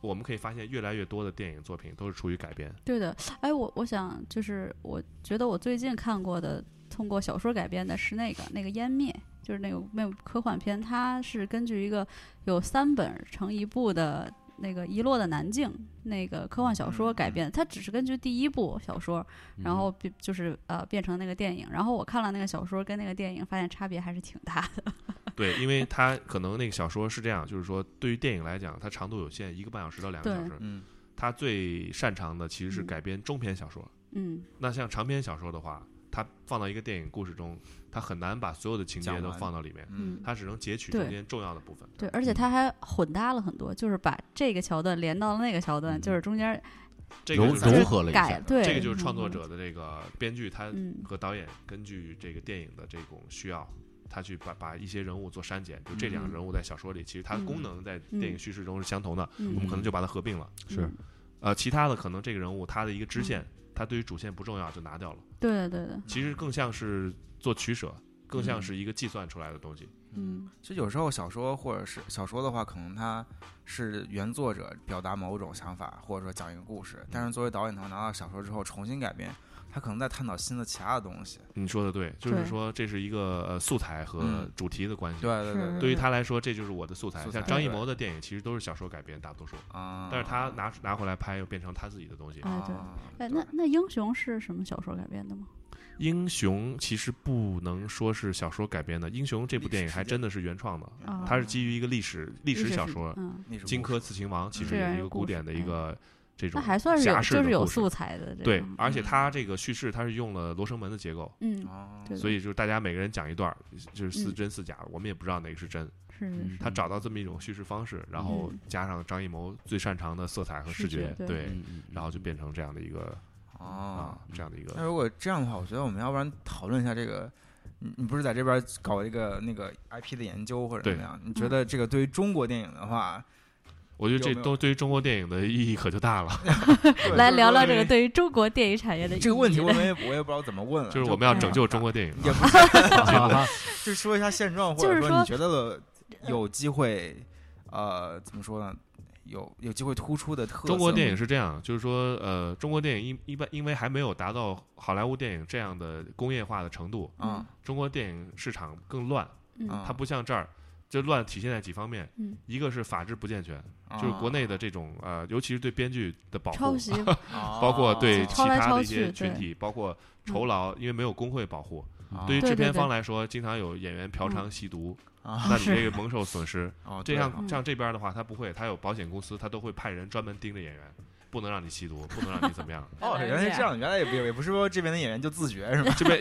S4: 我们可以发现越来越多的电影作品都是出于 改编，
S2: 对的，哎，我我想就是，我觉得我最近看过的通过小说改编的是那个那个《湮灭》，就是那个那个科幻片，它是根据一个有三本成一部的那个《遗落的南境》那个科幻小
S4: 嗯
S2: 说改编，它只是根据第一部小说，
S1: 嗯
S2: 然后变就是呃变成那个电影，然后我看了那个小说跟那个电影，发现差别还是挺大的。
S4: 对，因为它可能那个小说是这样，就是说对于电影来讲，它长度有限，一个半小时到两个小
S2: 对
S4: 时，
S3: 嗯
S4: 它最擅长的其实是
S2: 嗯
S4: 改编中篇小说，
S2: 嗯，
S4: 那像长篇小说的话，它放到一个电影故事中，它很难把所有的情节
S3: 讲
S4: 都
S3: 完
S4: 放到里面，
S2: 嗯
S4: 它只能截取
S2: 对
S4: 中间重要的部分。
S2: 对，而且它还混搭了很多，就是把这个桥段连到了那个桥段，
S1: 嗯
S2: 就是中间
S4: 这
S1: 柔
S4: 个就是
S1: 柔合了一
S2: 改
S1: 下，，
S2: 对，
S4: 这个就是创作
S2: 嗯
S4: 者的这个编剧他
S2: 嗯
S4: 和导演根据这个电影的这种需要。他去把把一些人物做删减，就这两个
S3: 嗯
S4: 人物在小说里，其实它的功能在
S2: 嗯
S4: 电影叙事中是相同的，
S2: 嗯
S4: 我们可能就把它合并了。
S1: 是
S2: 嗯
S4: 呃，其他的可能这个人物他的一个支线，他对于主线不重要就拿掉了。
S2: 对的对的，
S4: 其实更像是做取舍，更像是一个计算出来的东西。
S2: 嗯
S3: 其实有时候小说或者是小说的话，可能它是原作者表达某种想法，或者说讲一个故事，但是作为导演头拿到小说之后重新改编，他可能在探讨新的其他的东西。
S4: 你说的对，就是
S2: 对
S4: 说这是一个呃素材和
S3: 嗯
S4: 主题的关系。
S3: 对对
S2: 是
S3: 对
S4: 对于他来说，这就是我的素材。
S3: 素材
S4: 像张艺
S3: 对
S4: 谋的电影其实都是小说改编，大多数，
S3: 啊，
S4: 但是他拿拿回来拍又变成他自己的东西。
S2: 哎对，
S3: 啊
S2: 哎那那英雄是什么小说改编的吗？
S4: 英雄其实不能说是小说改编的，英雄这部电影还真的是原创的，
S2: 啊
S4: 它是基于一个历史历史小说《
S2: 嗯，
S3: 那是
S4: 荆
S3: 故
S4: 轲
S3: 事
S4: 刺秦王》，其
S3: 嗯
S4: 实也是一
S2: 这个
S4: 个古
S2: 故事哎
S4: 典的一个这
S2: 那
S4: 种
S2: 还算是
S4: 侠
S2: 有，
S4: 士
S2: 就
S4: 的
S2: 是有
S4: 故事
S2: 素材的，这
S4: 对
S2: 种，
S4: 而且它这个叙事它是用了《罗生门》的结构，
S2: 嗯，
S3: 哦
S2: 对
S4: 所以就是大家每个人讲一段儿，就是似
S2: 嗯
S4: 真似假，我们也不知道哪个是真。
S2: 是是是
S4: 他找到这么一种叙事方式，然后加上张艺谋最擅长的色彩和
S2: 嗯
S4: 视
S2: 视
S4: 觉
S2: 觉，对
S4: 对，
S1: 嗯嗯嗯
S4: 然 后就变成这样的一个
S3: 哦
S4: 啊，这样的一
S3: 那
S4: 个。
S3: 如果这样的话，我觉得我们要不然讨论一下这个，你你不是在这边搞一个那个 IP 的研究或者
S4: 对
S3: 怎么样？你觉得这个对于中国电影的话，
S4: 我觉得这
S3: 有没有
S4: 都对于中国电影的意义可就大了，
S3: 对
S2: 来
S3: 就是
S2: 聊聊
S3: 说
S2: 这个
S3: 因为
S2: 对于中国电影产业的
S3: 这个问题，
S2: 意义
S3: 我
S2: 的
S3: 们也我也不知道怎么问了。
S4: 就是我们要拯救中国电影。
S3: 也不 是，
S1: 啊
S3: 就说一下现状，或
S2: 就
S3: 者
S2: 是
S3: 说
S2: 说
S3: 你觉得有机会，呃，怎么说呢？有有机会突出的特色。
S4: 中国电影是这样，就是说，呃，中国电影一一般因为还没有达到好莱坞电影这样的工业化的程度，
S3: 啊，
S4: 中国电影市场更乱，
S2: 嗯
S4: 它不像这儿，这乱体现在几方面
S2: 嗯，
S4: 一个是法制不健全，
S3: 啊
S4: 就是国内的这种呃，尤其是对编剧的保护，
S2: 抄 袭，
S4: 哦
S3: 啊
S4: 包括对其
S2: 抄来
S4: 他
S2: 抄
S4: 的一些
S2: 去
S4: 群
S2: 对嗯
S4: 体，包括酬劳，因为没有工会保护，
S3: 啊
S4: 对于
S2: 对
S4: 制
S2: 对
S4: 片
S2: 对
S4: 方来说，经常有演员嫖娼吸毒，
S3: 啊
S4: 那你这个蒙受损失。
S3: 哦，
S4: 这
S3: 对
S4: 样
S2: 嗯
S4: 像这边的话，他不会，他有保险公司，他都会派人专门盯着演员，不能让你吸毒，不能让你怎么样。
S2: 嗯
S3: 哦，原来是这样，原来也不也不是说这边的演员就自觉是吗？
S4: 这 边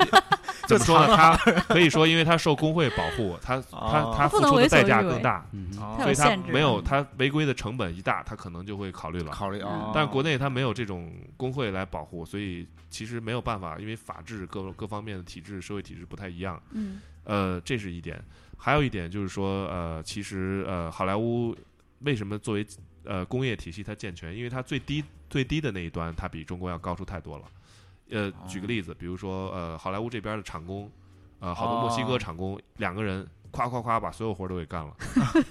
S4: 怎么说呢？他可以说，因为他受工会保护，他他
S3: 哦
S4: 他付
S2: 不能
S4: 出的
S2: 为所
S4: 代价
S2: 欲为
S4: 更大，
S1: 嗯哼，
S3: 哦
S2: 太
S4: 所以他
S2: 限制
S4: 没有
S2: 嗯
S4: 他违规的成本一大，他可能就会考虑了。
S3: 考虑
S2: 嗯
S3: 啊，
S4: 但国内它没有这种工会来保护，所以其实没有办法，因为法治各各方面的体制、社会体制不太一样。
S2: 嗯
S4: 呃，这是一点。还有一点就是说，呃，其实呃，好莱坞为什么作为呃工业体系它健全？因为它最低最低的那一端，它比中国要高出太多了。呃，举个例子，比如说呃，好莱坞这边的厂工，呃，好多墨西哥
S3: 哦
S4: 厂工，两个人夸夸夸把所有活儿都给干了。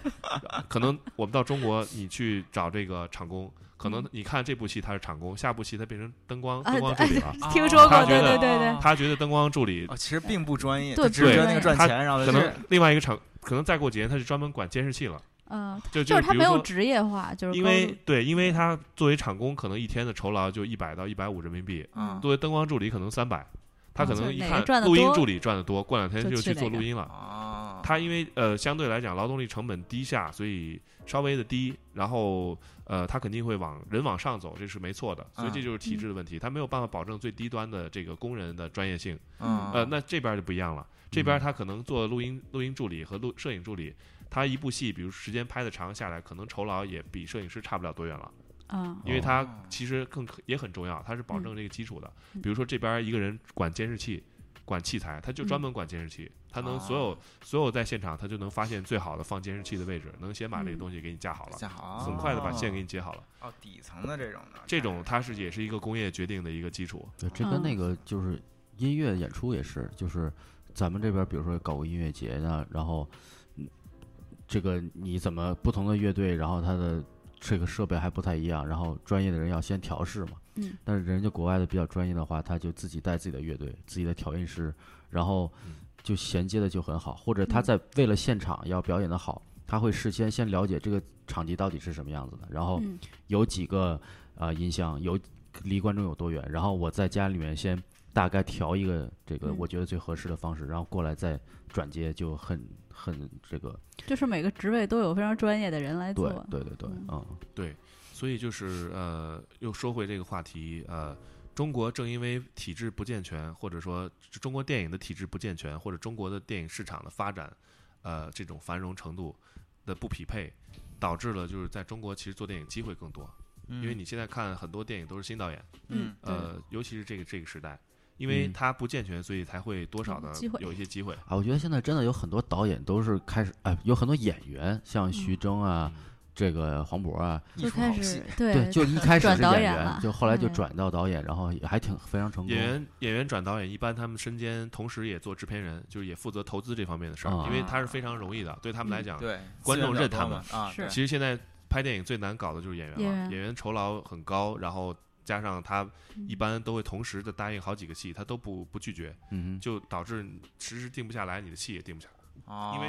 S4: 可能我们到中国，你去找这个厂工，可能
S2: 嗯
S4: 你看这部戏他是厂工，下部戏他变成灯光
S2: 啊
S4: 灯光助
S2: 对
S4: 理 了。
S3: 啊
S2: 听说
S4: 过
S3: 他觉
S4: 对
S3: 得
S4: 对
S2: 对对
S4: 哦他觉得灯光助理
S3: 哦，其实并不专业，
S2: 对
S3: 他只是觉得
S4: 对
S3: 那个赚
S4: 他
S3: 钱，然后
S4: 可
S3: 就
S4: 能嗯另外一个厂，可能再过几年他是专门管监视器了，
S3: 哦
S2: 呃，
S4: 就
S2: 就是
S4: 比
S2: 他
S4: 如
S2: 没有
S4: 说，
S2: 职嗯业化，就是
S4: 因
S2: 高
S4: 为
S2: 度
S4: 对，因为他作为厂工，可能一天的酬劳就一百到一百五人民币，
S3: 嗯
S4: 作为灯光助理可能三百，他可
S2: 哦就
S4: 能
S2: 是
S4: 一
S2: 哪
S4: 看
S2: 个赚得
S4: 录音
S2: 多
S4: 助理赚得多，过两天
S2: 就
S4: 就
S2: 去
S4: 去做
S2: 哪个
S4: 录音了。
S3: 啊，
S4: 他因为呃相对来讲劳动力成本低下，所以稍微的低，然后呃他肯定会往人往上走，这是没错的。所以
S2: 啊
S4: 这
S3: 嗯
S4: 就是体制的问题，他没有办法保证最低端的这个工人的专业性。
S3: 嗯
S4: 呃，那这边儿就不一样了，这边儿他可能做录音、录音助理和录摄影助理，他一部戏，比如时间拍的长下来，可能酬劳也比摄影师差不了多远了，
S2: 嗯
S4: 因为他
S3: 哦
S4: 其实更可也很重要，他是保证这个基础的。
S2: 嗯
S4: 比如说这边儿一个人管监视器。管器材，他就专门管监视器，他能所有、
S3: 哦
S4: 所有在现场，他就能发现最好的放监视器的位置，能先把这个
S2: 嗯
S4: 东西给你架好了，
S3: 架好，
S4: 很快的把线给你接好了。
S3: 哦，底层的这种的，
S4: 这种它是也是一个工业决定的一个基础。
S1: 对，这跟那
S2: 嗯
S1: 个就是音乐演出也是，就是咱们这边比如说搞个音乐节呢，然后嗯这个你怎么不同的乐队，然后它的这个设备还不太一样，然后专业的人要先调试嘛。
S2: 嗯。
S1: 但是人家国外的比较专业的话，他就自己带自己的乐队、自己的调音师，然后就衔接的就很好，或者他
S2: 嗯
S1: 在为了现场要表演的好。他会事先先了解这个场地到底是什么样子的，然
S4: 哦
S1: 后
S2: 嗯
S1: 有几个呃音箱，有离观众有多远，然后我在家里面先大概调一个这个
S2: 嗯
S1: 我觉得最合适的方式，然后过来再转接就很很这个
S2: 就是每个职位都有非常专业的人来
S1: 对
S2: 做，
S1: 对对对
S2: 嗯
S1: 嗯
S4: 对，所以就是呃，又说回这个话题，呃，中国正因为体制不健全，或者说中国电影的体制不健全，或者中国的电影市场的发展，呃，这种繁荣程度的不匹配，导致了就是在中国其实做电影机会更多，
S3: 嗯，
S4: 因为你现在看很多电影都是新导演，
S3: 嗯
S2: 对
S4: 呃，尤其是这个这个时代。因为
S1: 嗯
S4: 它不健全，所以才会多少的
S2: 有嗯机会
S4: 有一些机会。
S1: 啊，我觉得现在真的有很多导演都是开始哎、有很多演员
S2: 嗯
S1: 像徐峥啊，这个黄渤啊，
S3: 艺
S2: 就
S3: 术
S2: 开
S3: 好
S2: 始
S3: 戏，
S2: 对
S1: 对，就一开始
S2: 转
S1: 是
S2: 导
S1: 演
S2: 演
S1: 员
S2: 了，
S1: 就后来就
S2: 嗯
S1: 转到导演，然后也还挺非常成功
S4: 演。员演员转导演，一般他们身兼同时也做制片人，就是也负责投资这方面的事儿，
S1: 啊嗯
S4: 因为它是非常容易的，对他们来讲，
S3: 对，
S4: 观众
S3: 资源
S4: 认
S3: 比较
S4: 他
S3: 多
S4: 们
S3: 嘛啊，
S2: 是
S3: 对
S4: 其实现在拍电影最难搞的就是演员了，
S2: 演员
S4: 酬劳很高，然后加上他
S2: 嗯
S4: 一般都会同时的答应好几个戏，他都不不拒绝，
S1: 嗯哼，
S4: 就导致你迟迟定不下来，你的戏也定不下来。
S3: 哦
S4: 因为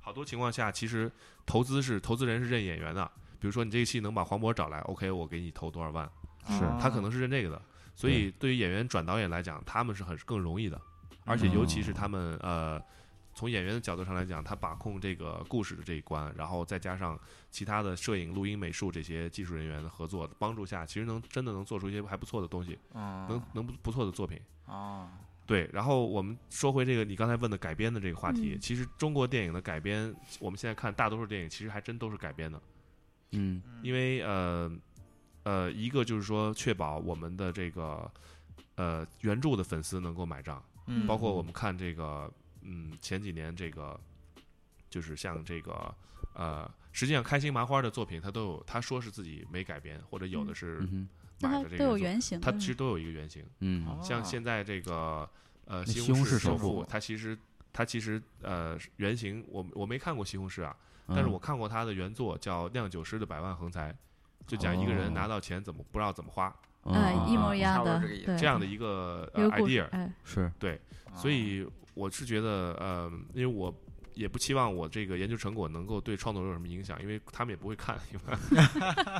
S4: 好多情况下，其实投资是投资人是认演员的，比如说你这个戏能把黄渤找来，OK，我给你投多少万，
S1: 是
S3: 哦
S4: 他可能是认这个的。所以对于演员转导演来讲，他们是很更容易的，而且尤其是他们呃，从演员的角度上来讲，他把控这个故事的这一关，然后再加上其他的摄影、录音、美术这些技术人员的合作帮助下，其实能真的能做出一些还不错的东西，能
S3: 嗯
S4: 能不不错的作品。
S3: 哦
S4: 对，然后我们说回这个你刚才问的改编的这个话题，
S2: 嗯
S4: 其实中国电影的改编，我们现在看大多数电影其实还真都是改编的，
S1: 嗯
S4: 因为呃呃，一个就是说确保我们的这个呃原著的粉丝能够买账，
S3: 嗯
S4: 包括我们看这个嗯前几年这个就是像这个呃，实际上开心麻花的作品，他都有他说是自己没改编，或者有的是
S1: 嗯哼
S2: 那
S4: 买
S2: 它
S4: 的
S2: 都
S4: 这个
S2: 有
S4: 作，
S2: 原型的，
S4: 他其实都有一个原型。
S1: 嗯
S3: 哦
S4: 像现在这个呃《
S1: 那
S4: 西
S1: 西
S4: 红
S1: 红
S4: 柿
S1: 柿首
S4: 富
S1: 富》，
S4: 它其实它其实呃是原型我我没看过西红柿啊，
S1: 嗯
S4: 但是我看过他的原作叫《酿酒师的百万横财》，就讲一个人
S1: 哦
S4: 拿到钱怎么不知道怎么花
S1: 嗯
S2: 呃
S1: 嗯
S2: 一模
S1: 嗯
S2: 一样
S3: 差
S2: 的
S3: 不多这个意思
S2: 对
S4: 这样的一个
S2: 一
S4: 呃
S2: 个故事
S4: idea，，
S2: 哎，
S1: 是
S3: 哦
S4: 所以我是觉得呃，因为我。也不期望我这个研究成果能够对创作者有什么影响，因为他们也不会看。 一 般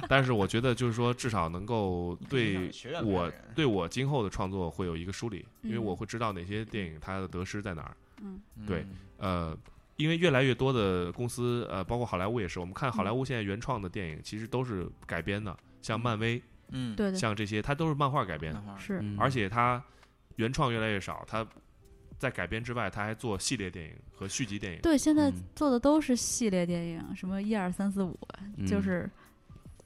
S4: 但是我觉得，就是说，至少能够对我对我今后的创作会有一个梳理，因为
S2: 嗯
S4: 我会知道哪些电影它的得失在哪儿。
S2: 嗯
S4: 对呃，因为越来越
S2: 嗯
S4: 多的公司，呃，包括好莱坞也是，我们看好莱坞现在原创的电影其实都是改编的，像漫威，
S3: 嗯，
S2: 对对
S4: 像嗯这些，它都是漫画改编的
S3: 漫，画儿，
S2: 是，
S1: 嗯
S4: 而且它原创越来越少，它在改编之外，它还做系列电影和续集电影。
S2: 对，现在
S1: 嗯
S2: 做的都是系列电影，什么一二三四五，就
S1: 嗯
S2: 是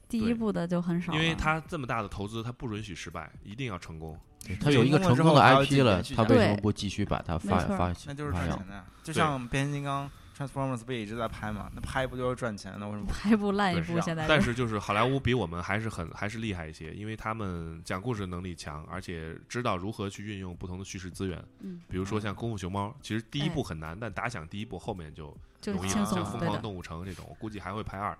S2: 第一
S4: 对
S2: 部的就很少
S4: 因
S2: 了，
S4: 为它这么大的投资，它不允许失败，一定要成功。
S1: 他有一个成
S3: 成
S1: 功
S3: 功
S1: 的
S3: 了之后还要
S1: IP 了，
S3: 继续
S1: 他为什么
S2: 对
S1: 不继续把它发
S2: 没错
S1: 发
S3: 那就是
S1: 发
S3: 赚
S1: 扬
S3: 钱？的呀，就
S4: 对
S3: 像变形金刚 Transformers 不也一直在拍嘛？那拍不就是赚钱的？为什么不？
S2: 拍一部烂一
S3: 对是
S2: 部，
S3: 啊
S2: 现在
S4: 但
S2: 就是
S4: 就是好莱坞比我们还是很还是厉害一些，因为他们讲故事能力强，而且知道如何去运用不同的叙事资源。
S2: 嗯，
S4: 比如说像《功夫熊猫》，其实第一
S2: 哎
S4: 部很难，但打响第一部后面就
S2: 就
S4: 容易
S2: 轻
S4: 了。
S2: 松
S4: 像《
S2: 了，
S4: 疯
S2: 对
S4: 狂
S2: 的，
S4: 动物城》这种，我估计还会拍二。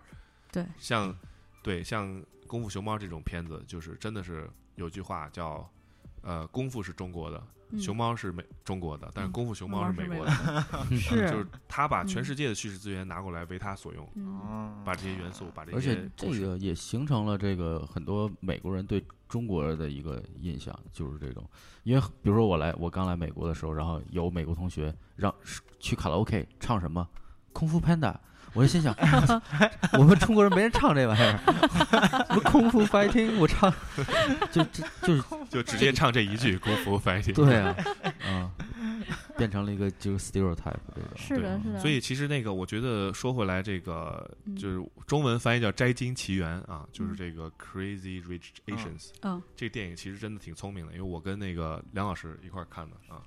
S2: 对，
S4: 像对像《功夫熊猫》这种片子，就是真的是有句话叫。呃，功夫是中国的，
S2: 嗯
S4: 熊猫是美中国的，但是
S2: 嗯
S4: 功夫
S2: 熊
S4: 熊
S2: 猫
S4: 猫是
S2: 是
S4: 美
S2: 美
S4: 国
S2: 国
S4: 的，就是是他把全
S2: 嗯
S4: 世界的叙事资源拿过来为他所用，
S2: 嗯，
S3: 哦
S4: 把这些元素，把这些
S1: 而且这
S4: 故事
S1: 个也形成了这个很多美国人对中国的一个印象，就是这种，因为比如说我来我刚来美国的时候，然后有美国同学让去卡拉 OK 唱什么《功夫 Panda》，我就心想， 我们中国人没人唱这玩意儿，我功夫 fighting 我唱，就就就是
S4: 就直接唱这一句功夫翻译。
S1: 对啊，啊、变成了一个就是 stereotype 这种，
S2: 是的，
S4: 对
S2: 是的，
S4: 所以其实那个，我觉得说回来，这个
S2: 嗯
S4: 就是中文翻译叫《摘金奇缘》啊，就是
S2: 嗯
S4: 这个 Crazy Rich Asians。
S2: 嗯，
S4: 这电影其实真的挺聪明的，因为我跟那个梁老师一块儿看的啊，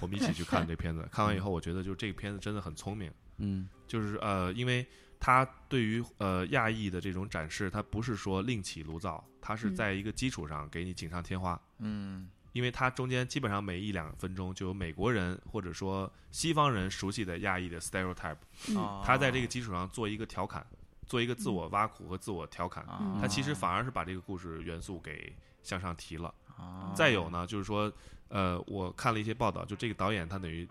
S4: 我们一起去看这片子。看完以后，我觉得就这个片子真的很聪明，
S1: 嗯
S4: 就是呃，因为它对于呃亚裔的这种展示，它不是说另起炉灶，它是
S2: 嗯
S4: 在一个基础上给你锦上添花。
S3: 嗯，
S4: 因为它中间基本上每一两分钟就有美国人或者说西方人熟悉的亚裔的 stereotype，
S2: 嗯，
S3: 哦嗯
S4: 他在这个基础上做一个调侃，做一个自我挖苦和自我调侃，
S3: 哦
S4: 他其实反而是把这个故事元素给向上提了。
S3: 哦
S4: 再有呢，就是说，呃，我看了一些报道，就这个导演他等于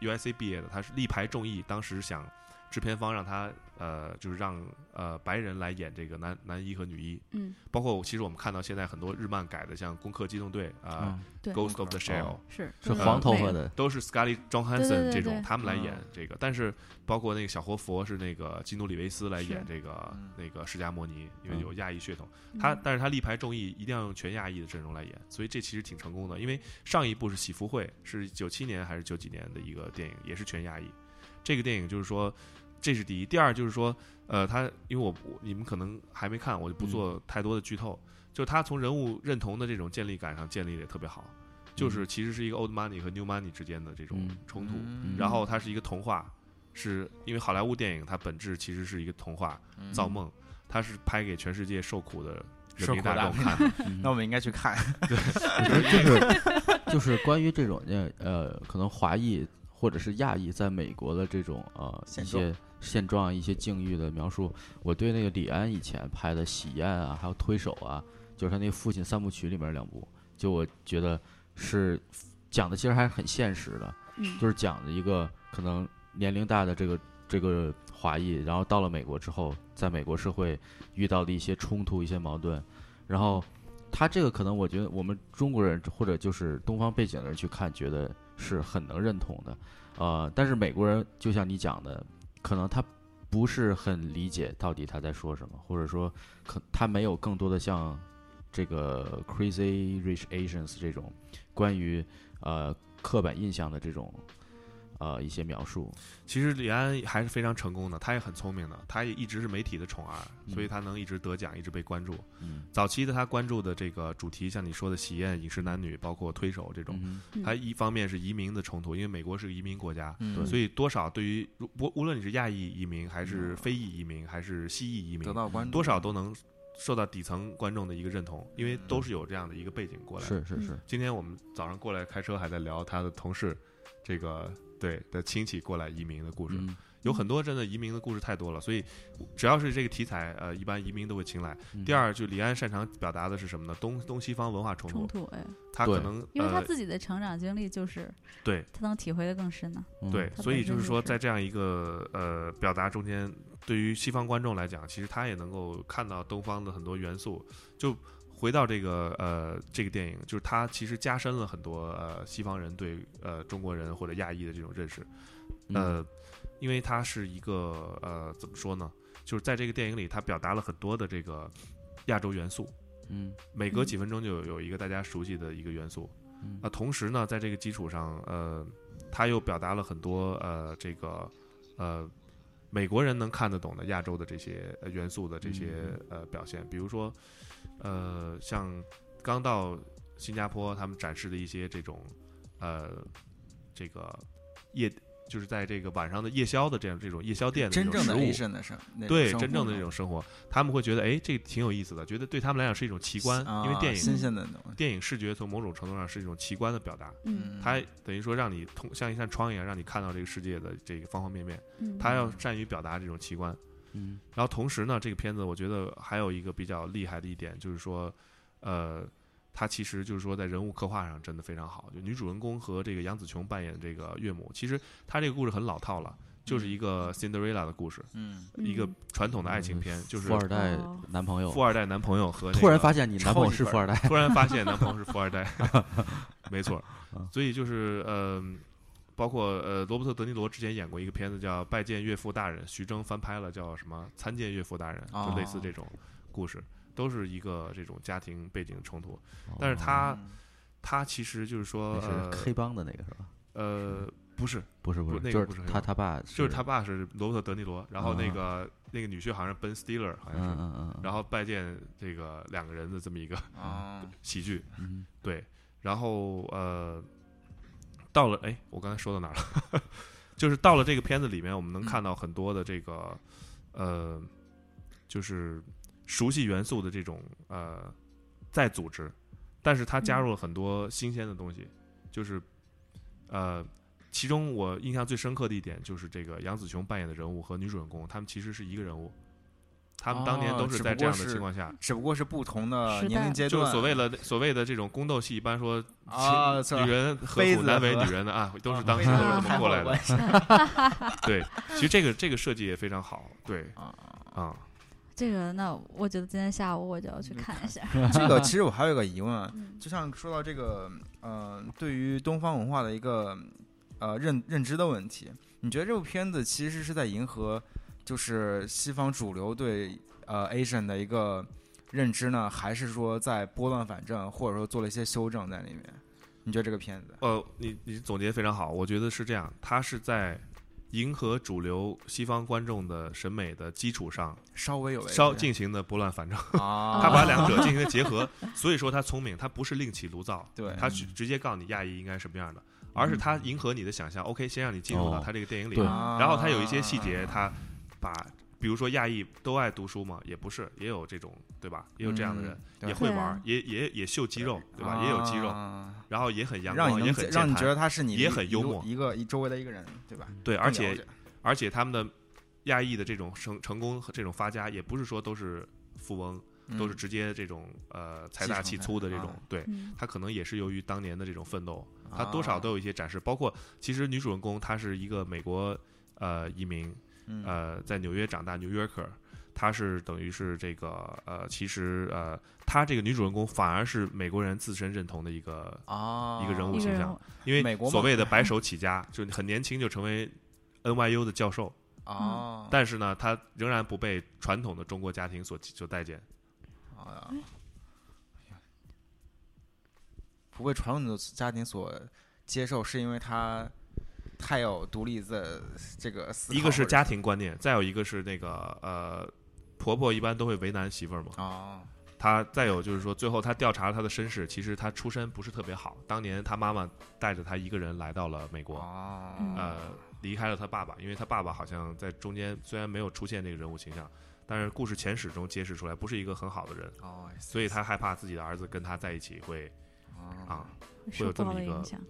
S4: U I C 毕业的，他是力排众议，当时想制片方让他呃，就是让呃白人来演这个男男一和女一，
S2: 嗯，
S4: 包括其实我们看到现在很多日漫改的，像《攻克机动队》啊，
S3: 嗯
S2: 对
S4: 《Ghost of
S3: 哦
S4: the Shell》。
S2: 是
S1: 是
S2: 都
S1: 黄头
S2: 美
S1: 发的，
S4: 都是
S2: 对
S4: Scarlett
S2: 对
S4: Johansson
S2: 对
S4: 这种
S2: 对，
S4: 他们来演
S3: 嗯
S4: 这个，但是包括那个小活佛是那个基努里维斯来演
S2: 是
S4: 这个
S3: 嗯
S4: 那个释迦摩尼，因为
S1: 嗯
S4: 有亚裔血统，他
S2: 嗯
S4: 但是他力排众议，一定要用全亚裔的阵容来演，所以这其实挺成功的。因为上一部是《喜福会》，是九七年还是九几年的一个电影，也是全亚裔。这个电影就是说，这是第一，第二就是说，呃，他因为我我你们可能还没看，我就不做太多的剧透。就是他从人物认同的这种建立感上建立的也特别好，就是其实是一个 old money 和 new money 之间的这种
S1: 嗯
S4: 冲突，
S3: 嗯
S4: 然后它是一个童话，是因为好莱坞电影它本质其实是一个童话
S3: 嗯
S4: 造梦，它是拍给全世界受苦的人
S3: 受
S4: 民
S3: 苦大
S4: 大众
S3: 众
S4: 看的。
S1: 嗯
S3: 那我们应该去看，
S1: 我觉得就是就是关于这种呃呃，可能华裔或者是亚裔在美国的这种呃一
S3: 现状
S1: 些现状、一些境遇的描述，我对那个李安以前拍的《喜宴》啊，还有《推手》啊，就是他那个《父亲三部曲》里面两部，就我觉得是讲的其实还是很现实的，
S2: 嗯
S1: 就是讲的一个可能年龄大的这个这个华裔，然后到了美国之后，在美国社会遇到的一些冲突、一些矛盾，然后他这个可能我觉得我们中国人或者就是东方背景的人去看，觉得是很能认同的，呃，但是美国人就像你讲的，可能他不是很理解到底他在说什么，或者说可他没有更多的像这个 Crazy Rich Asians 这种关于呃刻板印象的这种呃一些描述。
S4: 其实李安还是非常成功的，他也很聪明的，他也一直是媒体的宠儿，
S1: 嗯
S4: 所以他能一直得奖，一直被关注。
S1: 嗯，
S4: 早期的他关注的这个主题，像你说的喜宴、饮食男女，包括推手这种，
S1: 嗯
S2: 嗯
S4: 他一方面是移民的冲突，因为美国是个移民国家，
S3: 嗯
S1: 对
S4: 所以多少对于如不无论你是亚裔移民，还是非裔移民，还是西裔移民
S3: 嗯得，到关注
S4: 多少都能受到底层观众的一个认同，因为
S3: 嗯
S4: 都是有这样的一个背景过来。
S1: 是是是，
S4: 今天我们早上过来开车还在聊他的同事，这个对的亲戚过来移民的故事，
S1: 嗯
S4: 有很多真的移民的故事太多了，所以只要是这个题材，呃，一般移民都会青睐。
S1: 嗯
S4: 第二，就李安擅长表达的是什么呢？东东西方文化冲
S2: 冲
S4: 突，
S2: 突哎，
S4: 他
S1: 对
S4: 可能
S2: 因为他
S4: 呃
S2: 自己的成长经历就是
S4: 对
S2: 他能体会的更深呢，
S1: 嗯
S4: 对，
S2: 他
S4: 所以
S2: 本
S4: 就
S2: 身
S4: 是
S2: 就
S4: 说，
S2: 是
S4: 在这样一个呃表达中间，对于西方观众来讲，其实他也能够看到东方的很多元素。就回到这个呃这个电影，就是它其实加深了很多呃西方人对呃中国人或者亚裔的这种认识。
S1: 嗯
S4: 呃，因为它是一个呃怎么说呢，就是在这个电影里，它表达了很多的这个亚洲元素，
S1: 嗯
S4: 每隔
S2: 嗯
S4: 几分钟就有有一个大家熟悉的一个元素。
S1: 嗯
S4: 那同时呢，在这个基础上，呃，他又表达了很多呃这个呃美国人能看得懂的亚洲的这些呃元素的这些
S1: 嗯
S4: 呃表现，比如说呃像刚到新加坡他们展示的一些这种呃这个夜。就是在这个晚上的夜宵的这样这种夜宵店的这
S3: 真
S4: 种
S3: 正
S4: 食
S3: 的
S4: 物
S3: Asian 的生，那种
S4: 对
S3: 生
S4: 真
S3: 活
S4: 正的那种生活，他们会觉得哎，这挺有意思的，觉得对他们来讲是一种奇观，
S3: 啊
S4: 因为电
S3: 新
S4: 影
S3: 鲜的那种，
S4: 电影视觉从某种程度上是一种奇观的表达，
S2: 嗯
S4: 它等于说让你通像一扇窗一样，让你看到这个世界的这个方方面面。
S2: 嗯，
S4: 他要善于表达这种奇观，
S1: 嗯
S4: 然后同时呢，这个片子我觉得还有一个比较厉害的一点就是说，呃，它其实就是说在人物刻画上真的非常好。就女主人公和这个杨紫琼扮演这个岳母，其实她这个故事很老套了，就是一个 Cinderella 的故事，
S3: 嗯，
S4: 一个
S2: 嗯
S4: 传统的爱情片，就
S1: 嗯
S4: 是
S1: 富二代
S2: 哦
S1: 男朋友
S4: 富，二代男朋友和那
S1: 突然
S4: 个
S1: 发现你男朋友是富二代，
S4: 突然发现男朋友是 富二代，没错
S1: 嗯。
S4: 所以就是呃，包括呃，罗伯特·德尼罗之前演过一个片子叫《拜见岳父大人》，徐峥翻拍了叫什么《参见岳父大人》，就类似
S1: 哦
S4: 这种故事，都是一个这种家庭背景冲突。但是
S1: 哦
S4: 他
S3: 嗯
S4: 他其实就是说
S1: 那
S4: 呃
S1: 是黑帮的那个是吧？
S4: 呃不是，
S1: 哦不是
S4: 不
S1: 不
S4: 那
S1: 是，
S4: 个
S1: 就
S4: 不是黑
S1: 他
S4: 帮
S1: 他爸
S4: 就是是他爸是罗伯特·德尼罗，然后那个那个女婿好像是 Ben Stiller，好像
S1: 啊嗯
S4: 是。
S1: 嗯嗯，
S4: 然后拜见这个两个人的这么一个
S3: 哦，
S4: 喜剧，
S1: 嗯
S4: 对，然后呃，到了哎，我刚才说到哪儿了？ 就是到了这个片子里面，我们能看到很多的这个呃，就是熟悉元素的这种呃再组织，但是它
S3: 嗯
S4: 加入了很多新鲜的东西，就是呃。其中我印象最深刻的一点就是这个杨紫琼扮演的人物和女主人公，他们其实是一个人物，他们当年
S3: 哦
S4: 都是
S3: 只
S4: 在
S3: 不
S4: 这
S3: 过
S4: 样的
S3: 是
S4: 情况下，
S3: 只不过是不同的
S2: 时
S3: 年
S2: 代
S3: 龄阶
S4: 就
S3: 段，
S4: 是所谓的所谓的这种宫斗戏，一般说
S3: 啊，
S4: 女人何
S3: 妃
S4: 苦
S3: 子
S4: 难为
S3: 和
S4: 女人呢？啊，都是
S3: 啊
S4: 当时
S3: 妃
S4: 都
S3: 子
S4: 是
S3: 和
S4: 这
S3: 太
S4: 么
S3: 后
S4: 过来
S3: 有
S4: 的
S3: 关。系
S4: 对，其实这个这个设计也非常好。对
S3: 啊。
S4: 啊，
S2: 这个，那我觉得今天下午我就要
S4: 嗯
S2: 去
S3: 就
S2: 看一
S3: 看
S2: 下。
S3: 这个其实我还有一个疑问啊，
S2: 嗯
S3: 就像说到这个，呃，对于东方文化的一个呃认认知的问题，你觉得这部片子其实是在迎合就是西方主流对呃 Asian 的一个认知呢，还是说在拨乱反正，或者说做了一些修正在里面？你觉得这个片子？
S4: 呃，你你总结得非常好，我觉得是这样，它是在迎合主流西方观众的审美的基础上，
S3: 稍微有
S4: 稍进行的拨乱反正，
S3: 啊，
S4: 他把 两者进行了结合，所以说他聪明，他不是另起炉灶，
S3: 对嗯
S4: 他直直接告诉你亚裔应该什么样的，而是他迎合你的想象，OK，先让你进入到
S1: 哦
S4: 他这个电影里
S1: 对，
S3: 啊
S4: 然后他有一些细节，他把比如说亚裔都爱读书嘛，也不是，也有这种对吧？也有这样的人，
S3: 嗯
S4: 也会
S2: 对
S4: 玩儿，也也也秀肌肉对吧？
S3: 啊
S4: 也有肌肉，然后也很阳
S3: 让你
S4: 光，也
S3: 能
S4: 很
S3: 让你
S4: 健
S3: 觉
S4: 谈
S3: 得他是你的
S4: 也
S3: 一
S4: 很幽默
S3: 一个一周围的一个人，对吧？
S4: 对，而
S3: 更了
S4: 且
S3: 解
S4: 而且他们的亚裔的这种成成功和这种发家，也不是说都是富翁，都是
S3: 嗯
S4: 直接这种呃财
S3: 继
S4: 大
S3: 承
S4: 气
S3: 的
S4: 粗的这
S3: 啊
S4: 种对。
S2: 嗯
S4: 他可能也是由于当年的这种奋斗，他多
S3: 啊
S4: 少都有一些展示，包括其实女主人公她是一个美国呃移民，
S3: 嗯
S4: 呃，在纽约长大，New Yorker，她是等于是这个呃，其实呃，她这个女主人公反而是美国人自身认同的一个，
S3: 啊
S4: 一个人物
S2: 一个
S4: 形
S2: 人
S4: 象
S2: 物，
S4: 因为
S3: 美国嘛
S4: 所 谓的白手起家，就是很年轻就成为 NYU 的教授，
S2: 嗯
S3: 哦，
S4: 但是呢，她仍然不被传统的中国家庭所所待见。
S3: 好
S2: 哎
S3: 呀哎不被传统的家庭所接受，是因为他太有独立的这个思考
S4: 一个是
S3: 或者
S4: 家庭观念，再有一个是那个呃，婆婆一般都会为难媳妇儿嘛。
S2: 啊
S3: 哦，
S4: 她再有就是说，最后她调查了她的身世，其实她出身不是特别好，当年她妈妈带着她一个人来到了美国。
S3: 哦
S2: 嗯
S4: 呃离开了他爸爸，因为他爸爸好像在中间虽然没有出现这个人物形象，但是故事前史中揭示出来不是一个很好的人，
S3: 哦，
S4: 所以他害怕自己的儿子跟他在一起会
S3: 啊
S2: 嗯
S4: 啊，会有
S2: 受
S4: 这
S2: 不
S4: 么
S2: 好
S4: 一
S2: 的
S4: 个
S2: 影响。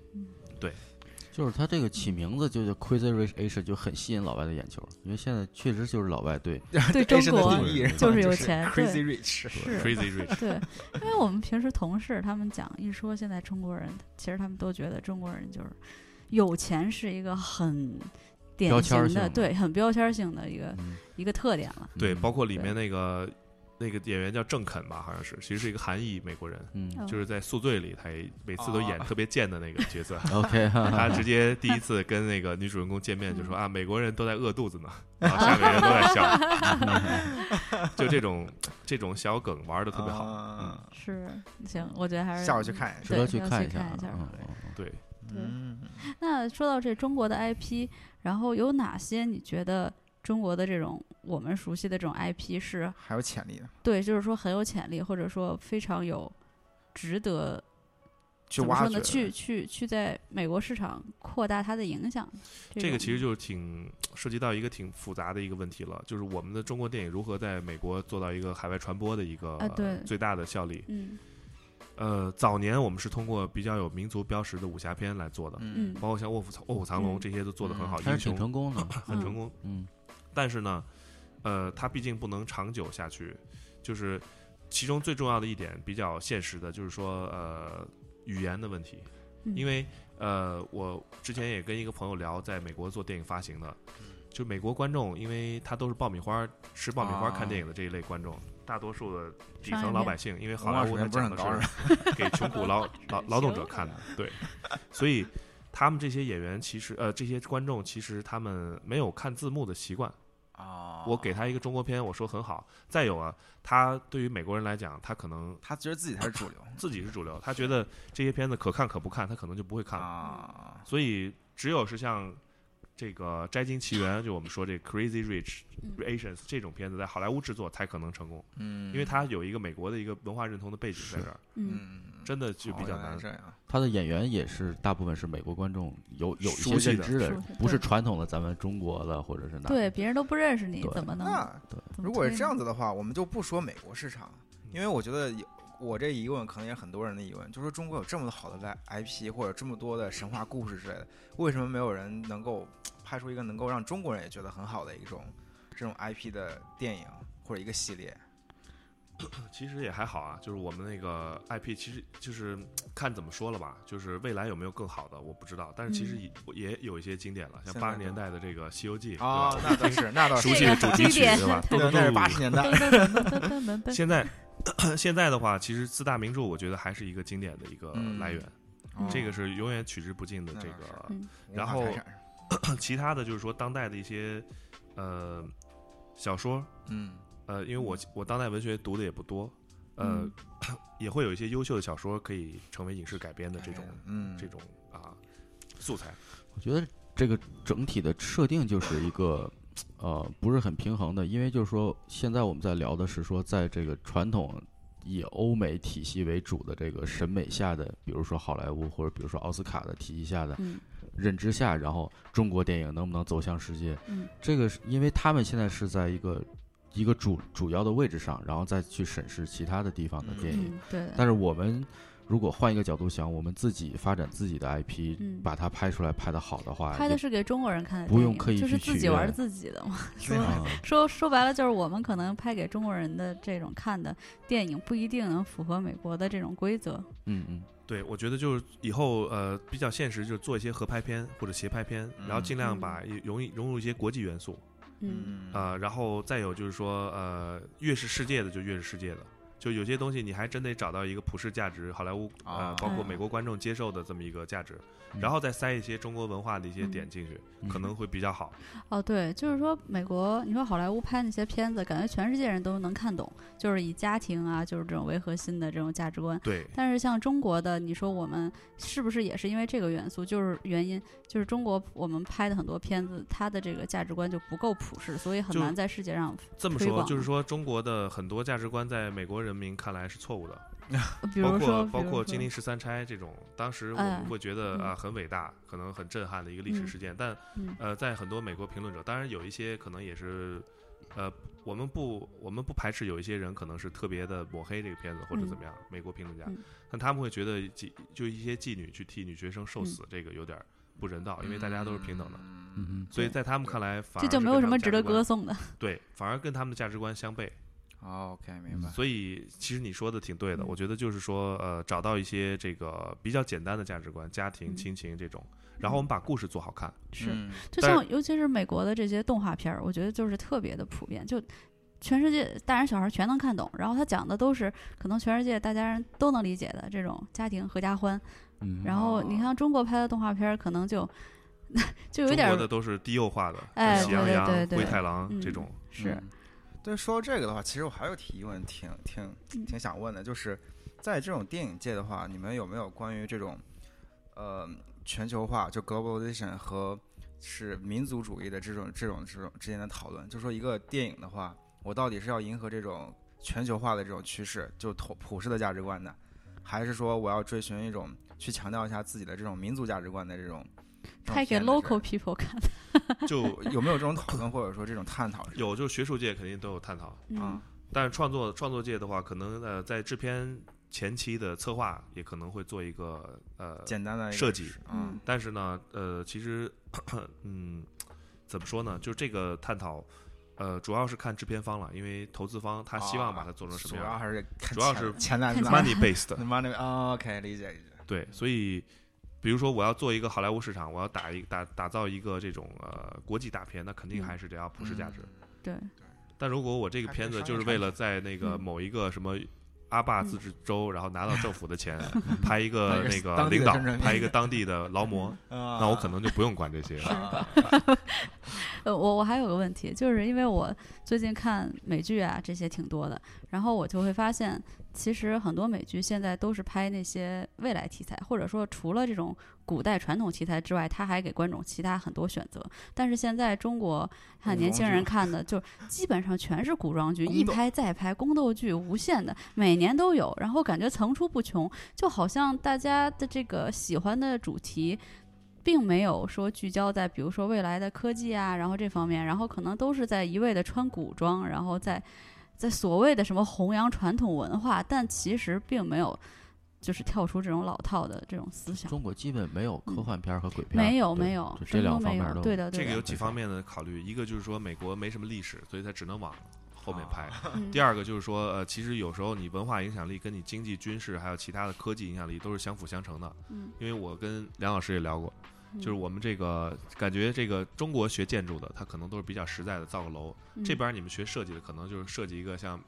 S1: 就是他这个起名字就叫 Crazy Rich Asian 就很吸引老外的眼球，因为现在确实就是老外对
S2: 对
S3: 这
S2: 中
S3: 是
S2: 国
S3: 的定义
S1: 就是
S2: 有钱
S3: ，crazy rich，
S2: 是，
S4: crazy rich
S2: 对，因为我们平时同事他们讲一说现在中国人，其实他们都觉得中国人就是有钱是一个很典
S1: 标签儿
S2: 型的，
S1: 性的
S2: 对，很标签儿性的一个
S1: 嗯
S2: 一个特点了。
S4: 对，
S1: 嗯
S4: 包括里面那个那个演员叫郑肯吧，好像是，其实是一个韩裔美国人，
S1: 嗯
S4: 就是在《宿醉》里，他也每次都演
S3: 哦
S4: 特别贱的那个角色。
S1: OK
S4: 他直接第一次跟那个女主人公见面就
S2: 嗯
S4: 说啊，啊
S2: 啊
S4: 美国人都在饿肚子呢，然后下面人都在笑，就这种这种小梗玩的特别好。嗯
S3: 啊
S2: 嗯是行，我觉得还是
S3: 下午去看一下。
S1: 值得
S2: 对
S1: 去
S2: 要
S1: 看
S2: 去
S1: 一下
S2: 看
S1: 啊
S2: 一。下
S1: 嗯
S3: 对
S1: 嗯嗯
S4: 对，
S3: 嗯，
S2: 那说到这中国的 IP，然后有哪些你觉得中国的这种我们熟悉的这种 IP 是
S3: 还有潜力的，
S2: 对，就是说很有潜力，或者说非常有值得
S3: 去
S2: 怎么
S3: 挖
S2: 说
S3: 掘嗯
S2: 呢？
S3: 的。
S2: 去去去在美国市场扩大它的影响。这
S4: 这
S2: 种
S4: 个其实就是挺涉及到一个挺复杂的一个问题了，就是我们的中国电影如何在美国做到一个海外传播的一个、
S2: 啊对
S4: 最大的效力。
S2: 嗯
S4: 呃，早年我们是通过比较有民族标识的武侠片来做的，
S2: 嗯
S4: 包括像《卧虎藏卧虎藏龙》
S2: 嗯
S4: 这些都做得很好，
S1: 还
S4: 英
S1: 是挺
S4: 雄
S1: 成功的，
S4: 很成功。
S1: 嗯，
S4: 但是呢，呃，它毕竟不能长久下去，就是其中最重要的一点比较现实的，就是说呃语言的问题，
S2: 嗯
S4: 因为呃我之前也跟一个朋友聊，在美国做电影发行的，就美国观众，因为他都是爆米花吃爆米花
S3: 啊
S4: 看电影的这一类观众，大多数的底
S2: 商业
S4: 层老
S2: 片
S4: 百姓，因为好
S3: 文化
S4: 莱
S3: 水
S4: 坞它
S3: 平不是
S4: 讲
S3: 很
S4: 的
S3: 高，是
S4: 是
S3: 吧？
S4: 给穷 苦劳劳劳动者看的，对， 所以他们这些演员其实呃这些观众其实他们没有看字幕的习惯。
S3: 啊
S4: 我给他一个中国片，我说很好。再有啊，他对于美国人来讲，他可能
S3: 他觉得自己才是主 流
S4: 自己是主流，他觉得这些片子可看可不看，他可能就不会看了。
S3: 啊。
S4: 所以只有是像这个《摘金奇缘》，就我们说这 Crazy Rich
S2: 嗯
S4: Asians 这种片子，在好莱坞制作才可能成功，
S3: 嗯，
S4: 因为它有一个美国的一个文化认同的背景在这儿，
S2: 嗯
S3: 嗯，
S4: 真的就比较
S3: 哦原来
S4: 难
S3: 是。这样。
S1: 他的演员也是大部分是美国观众有有一
S4: 熟
S1: 些
S4: 悉
S1: 认
S4: 的
S1: 知的
S2: 熟
S1: 人
S2: 悉，
S1: 不是
S2: 对
S1: 传统的咱们中国的或者是哪
S2: 对，别人都不认识你，
S1: 对
S2: 怎么能？
S3: 那
S2: 怎么
S3: 如果是
S2: 推
S3: 这样
S2: 呢，
S3: 子的话，我们就不说美国市场，
S4: 嗯
S3: 因为我觉得有我这疑问可能也是很多人的疑问，就是说中国有这么好的 I IP 或者这么多的神话故事之类的，为什么没有人能够拍出一个能够让中国人也觉得很好的一种这种 IP 的电影或者一个系 列？
S4: 其实也还好啊，就是我们那个 IP，其实就是嗯看怎么说了吧，就是未来有没有更好的，我不知道。但是其实
S2: 嗯
S4: 也、我也有一些经典了，像
S3: 现在
S4: 八十
S3: 呢
S4: 年代的这个《西游记》
S3: 哦，
S4: 对吧
S3: 那倒是，那倒是哦
S4: 熟悉的主题曲
S2: 这个
S4: 对吧？
S2: 这
S4: 咚
S3: 对
S4: 咚
S3: 那是
S4: 咚
S3: 八十年代。
S2: 噔噔噔噔
S4: 现在 现在的话，其实四大名著，我觉得还是一个经典的一个
S3: 嗯
S4: 来源，
S2: 嗯
S4: 这个是永远取之不尽的
S3: 那
S4: 这
S3: 倒是
S4: 个。
S2: 嗯
S4: 然后 其他的就是说当代的一些呃小说，
S3: 嗯
S4: 呃，因为我我当代文学读的也不多， 呃，
S2: 嗯
S4: 也会有一些优秀的小说可以成为影视改编的这种、
S3: 嗯
S4: 这种啊素材。
S1: 我觉得这个整体的设定就是一个，呃，不是很平衡的，因为就是说，现在我们在聊的是说，在这个传统以欧美体系为主的这个审美下的，比如说好莱坞或者比如说奥斯卡的体系下的
S2: 嗯
S1: 认知下，然后中国电影能不能走向世界？
S2: 嗯
S1: 这个是因为他们现在是在一个一个主主要的位置上，然后再去审视其他的地方的电影。
S2: 嗯，对的，
S1: 但是我们如果换一个角度想，我们自己发展自己的 IP，、
S2: 嗯
S1: 把它拍出来拍的好的话，
S2: 拍的
S1: 也
S2: 是给中国人看的
S1: 不
S2: 电影，
S1: 用刻意
S2: 就是
S1: 去
S2: 自
S1: 取
S2: 己玩
S1: 悦
S2: 自己的嘛。
S3: 这
S2: 说
S3: 样
S1: 啊，
S2: 说说白了，就是我们可能拍给中国人的这种看的电影，不一定能符合美国的这种规则。
S1: 嗯嗯，
S4: 对，我觉得就是以后呃比较现实，就是做一些合拍片或者斜拍片，然后
S3: 嗯
S4: 尽量把容易融入一些国际元素，
S2: 嗯，
S3: 啊
S4: 呃，然后再有就是说，呃，越是世界的就越是世界的，就有些东西你还真得找到一个普世价值，好莱坞呃
S3: 啊，
S4: 包括
S2: 嗯
S4: 美国观众接受的这么一个价值，
S1: 嗯
S4: 然后再塞一些中国文化的一些点进去，
S1: 嗯
S4: 可能会比较好。
S2: 哦，对，就是说美国，你说好莱坞拍那些片子，感觉全世界人都能看懂，就是以家庭啊，就是这种为核心的这种价值观。
S4: 对，
S2: 但是像中国的，你说我们是不是也是因为这个元素，就是原因，就是中国我们拍的很多片子，它的这个价值观就不够普世，所以很
S4: 就
S2: 难在世界上，
S4: 这么
S2: 推
S4: 说
S2: 广
S4: 就是说，中国的很多价值观在美国人民看来是错误的，
S2: 比
S4: 包
S2: 如
S4: 括
S2: 说，
S4: 包
S2: 比如说
S4: 括金陵十三钗这种，当时我
S2: 哎
S4: 们会觉得
S2: 嗯
S4: 啊很伟大，可能很震撼的一个历史
S2: 嗯
S4: 事件，但
S2: 嗯
S4: 呃，在很多美国评论者，当然有一些可能也是，呃，我们不我们不排斥有一些人可能是特别的抹黑这个片子或者
S2: 嗯
S4: 怎么样，美国评论家，
S2: 嗯
S4: 但他们会觉得妓就一些妓女去替女学生
S2: 嗯
S4: 受死，这个有点儿不人道，因为大家都是平等的，
S1: 嗯
S3: 嗯
S1: 嗯，
S4: 所以在他们看来，反
S2: 这
S4: 而
S2: 就是没有
S4: 跟
S2: 什么
S4: 他们价
S2: 值得
S4: 值观
S2: 歌颂的。
S4: 对，反而跟他们的价值观相悖。
S3: 哦，OK，明白。
S4: 所以其实你说的挺对的，
S2: 嗯
S4: 我觉得就是说，呃，找到一些这个比较简单的价值观，家庭、
S2: 嗯
S4: 亲情这种，然后 我们把故事做好看。
S2: 是，
S3: 嗯
S2: 就
S4: 但
S2: 像尤其是美国的这些动画片儿，我觉得就是特别的普遍，就全世界大人小孩全能看懂。然后他讲的都是可能全世界大家人都能理解的这种家庭合家欢。
S1: 嗯，
S2: 然后你
S3: 哦
S2: 看中国拍的动画片儿，可能就就有
S4: 中
S2: 点
S4: 国
S2: 儿
S4: 的都是低幼化的，
S2: 哎
S4: 喜羊
S2: 对对
S4: 羊
S2: 对、对
S4: 灰太狼
S2: 嗯
S4: 这种。
S2: 是，
S3: 对，说到这个的话，其实我还有提一问，挺挺挺想问的，就是在这种电影界的话，你们有没有关于这种呃全球化就 globalization 和是民族主义的这种这 种这种之间的讨论？就说一个电影的话，我到底是要迎合这种全球化的这种趋势，就普普世的价值观呢，还是说我要追寻一种去强调一下自己的这种民族价值观的这种？这种
S2: 拍给
S3: 片子之
S2: local
S3: 类
S2: people 看。
S4: 就
S3: 的有没有这种讨论，或者说这种探讨？
S4: 有就是学术界肯定都有探讨，
S2: 嗯
S3: 啊，
S4: 但是创作创作界的话，可能呃在制片前期的策划也可能会做一个呃，
S3: 简单的一个
S4: 设计
S3: 是嗯
S4: 但是呢呃其实嗯怎么说呢，就这个探讨呃主要是看制片方了，因为投资方他希望把它做成什么
S3: 哦主要
S4: 样、
S3: 还是看
S4: 主要
S3: 钱
S4: 是
S3: 钱来
S2: 看
S3: 的
S2: 钱
S4: m o n e y based，
S3: 你妈那个啊，OK，理解理解。
S4: 对，所以比如说我要做一个好莱坞市场，我要打一打打造一个这种呃国际大片，那肯
S3: 嗯
S4: 定还是得要普世价值。
S2: 对，
S4: 但如果我这个片子就是为了在那个
S2: 嗯
S4: 某一个什么阿坝自治州，然后拿到政府的 钱，拍一个
S3: 嗯拍
S4: 那
S3: 一个
S4: 个
S3: 当地的
S4: 领导
S3: 政治，
S4: 拍一个当地的劳模，
S3: 啊，
S4: 那我可能就不用管这些了。
S3: 啊
S2: 呃，我我还有个问题，就是因为我最近看美剧啊这些挺多的，然后我就会发现，其实很多美剧现在都是拍那些未来题材，或者说除了这种古代传统题材之外，它还给观众其他很多选择。但是现在中国看
S3: 古
S2: 年
S3: 装
S2: 轻
S3: 剧
S2: 人看的，就基本上全是古装剧，一
S3: 宫斗
S2: 拍再拍，宫斗剧无限的，每年都有，然后感觉层出不穷，就好像大家的这个喜欢的主题。并没有说聚焦在比如说未来的科技啊，然后这方面，然后可能都是在一味的穿古装，然后在在所谓的什么弘扬传统文化，但其实并没有就是跳出这种老套的这种思想，
S1: 中国基本没有科幻片儿和鬼片儿，
S2: 嗯没有
S1: 对
S2: 没有
S1: 就，这
S2: 真都
S1: 两方
S2: 没
S1: 面儿
S2: 有，
S1: 都
S2: 对的
S4: 这
S2: 对
S4: 个有
S2: 的，
S4: 几方面的考虑，一个就是说美国没什么历史，所以它只能往后
S3: 啊
S4: 面拍。
S2: 嗯
S4: 第二个就是说，呃，其实有时候你文化影响力跟你经济、军事还有其他的科技影响力都是相辅相成的。
S2: 嗯
S4: 因为我跟梁老师也聊过，
S2: 嗯
S4: 就是我们这个感觉，这个中国学建筑的，他可能都是比较实在的，造个楼。
S2: 嗯
S4: 这边你们学设计的，可能就是设计一个像，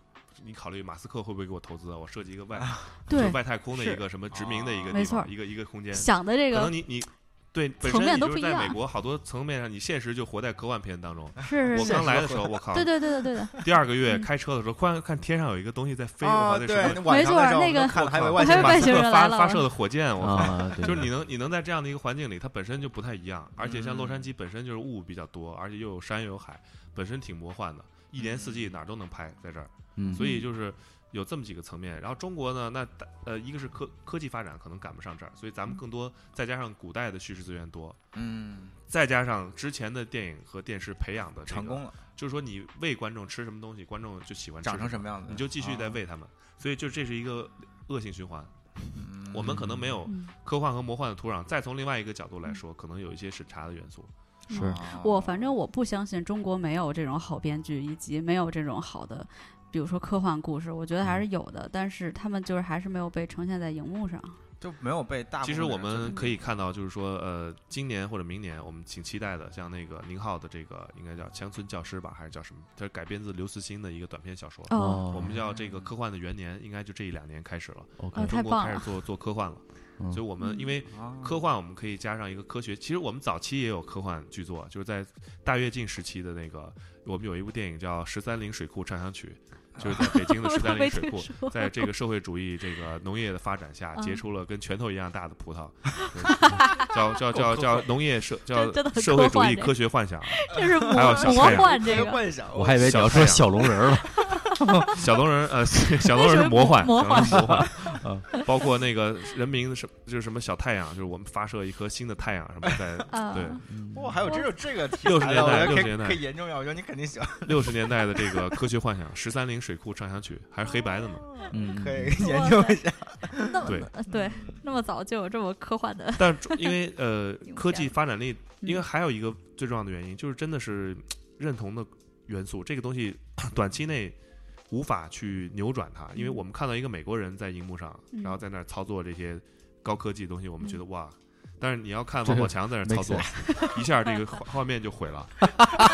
S4: 你考虑马斯克会不会给我投资啊？我设计一个外，就是
S2: 对
S4: 外太空的一
S2: 是哦
S4: 个什么殖民的一个
S2: 没
S4: 地
S2: 错
S4: 方，一个一个空间。
S2: 想的这
S4: 可
S2: 个
S4: 能你你对本
S2: 层面
S4: 身你
S2: 都不
S4: 就是
S2: 一
S4: 在
S2: 样
S4: 美国好多层面上，你现实就活在科幻片当中。
S2: 是
S4: 我
S2: 是是，
S4: 刚来的时候，我靠，
S2: 对对对的对的，
S4: 第二个月
S2: 嗯
S4: 开车的时候，忽然看天上有一个东西在飞，我
S3: 啊，
S4: 靠，那什
S3: 对，
S4: 么
S3: 那晚上的时
S2: 没错
S3: 候我
S2: 那个
S3: 都看了，还以为
S4: 哦我
S3: 外
S4: 靠
S3: 星
S2: 还以为外
S3: 人
S4: 马斯
S2: 星
S4: 克
S2: 人
S4: 发
S2: 来了
S4: 发射的火箭，我靠。
S1: 啊，对，
S4: 就是你能你能在这样的一个环境里，它本身就不太一样，而且像洛杉矶本身就是雾比较多，而且又有山又有海，本身挺魔幻的，一年四季哪儿都能拍在这儿，
S1: 嗯，
S4: 所以就是有这么几个层面。然后中国呢，那大呃一个是科科技发展可能赶不上这儿，所以咱们更多再加上古代的叙事资源多，
S3: 嗯，
S4: 再加上之前的电影和电视培养的这个
S3: 成功，了，
S4: 就是说你喂观众吃什么东西，观众就喜欢吃
S3: 长成
S4: 什
S3: 什么样子，
S4: 么，你就继续在喂他们，所以就这是一个恶性循环。 我们可能没有
S2: 嗯，
S4: 科幻和魔幻的土壤，再从另外一个角度来说，可能有一些审查的元素。
S1: 是
S2: 我反正我不相信中国没有这种好编剧，以及没有这种好的，比如说科幻故事，我觉得还是有的，但是他们就是还是没有被呈现在荧幕上。
S3: 就没有被大部
S4: 其
S3: 分
S4: 实
S3: 的
S4: 我
S3: 人
S4: 们可以看到，就是说，呃，今年或者明年，我们挺期待的，像那个宁浩的这个应该叫《乡村教师》吧，还是叫什么？它是改编自刘慈欣的一个短篇小说。
S2: 哦，
S4: 我们叫这个科幻的元年，应该就这一两年开始了。
S1: OK，
S2: 呃
S4: 中
S2: 太
S4: 国
S2: 棒
S4: 开始
S2: 了
S4: 做做科幻了，
S1: 嗯
S4: 所以我们
S2: 嗯
S4: 因为
S3: 啊
S4: 科幻我们可以加上一个科学。其实我们早期也有科幻剧作，就是在大跃进时期的那个，我们有一部电影叫《十三陵水库畅想曲》，就是在北京的
S2: 啊 我
S4: 十
S2: 都
S4: 三
S2: 没
S4: 陵水
S2: 听
S4: 库，
S2: 说。
S4: 在这个社会主义这个农业的发展下，
S2: 嗯
S4: 结出了跟拳头一样大的 葡萄，对叫叫叫叫农业社叫
S2: 真的很
S4: 社会
S2: 科
S4: 主
S2: 幻哎
S4: 义
S2: 这
S4: 科学幻想，
S2: 这是魔
S4: 还有小
S2: 魔
S4: 太阳
S2: 幻这
S3: 这个
S2: 个，
S3: 幻想，
S1: 我还以为你要说小龙人儿了，
S4: 小龙人 呃小龙人是魔幻，
S2: 为
S4: 小
S2: 什么
S4: 龙人是魔幻， 呃包括那个人民什就是什么小太阳，就是我们发射一颗新的太阳什么 在
S2: 啊，
S4: 对
S3: 哇，还有这种这个题
S4: 60
S3: 材
S4: 年
S3: 的，我
S4: 代
S3: 觉得可
S4: 60年代
S3: 以可以研究一下，我觉得你肯定喜欢，
S4: 六十年代的这个科学幻想，《十三陵水库畅想曲》还是黑白的呢。
S2: 哦
S1: 嗯，
S3: 可以
S1: 嗯
S3: 研究一下。
S2: 那么
S4: 对
S2: 呃对，那么早就有这么科幻 的，
S4: 但是因为 呃
S2: 影
S4: 科技
S2: 片
S4: 发展力，
S2: 嗯
S4: 因为还有一个最重要的原因就是真的是认同的元素，这个东西短期内无法去扭转它，因为
S2: 嗯
S4: 我们看到一个美国人在荧幕上，
S2: 嗯
S4: 然后在那儿操作这些高科技的东西，我们觉得
S2: 嗯
S4: 哇。但是你要看
S1: 这
S4: 王
S1: 是
S4: 宝强在那儿操作
S1: make，
S4: 一下这个画画面就毁了，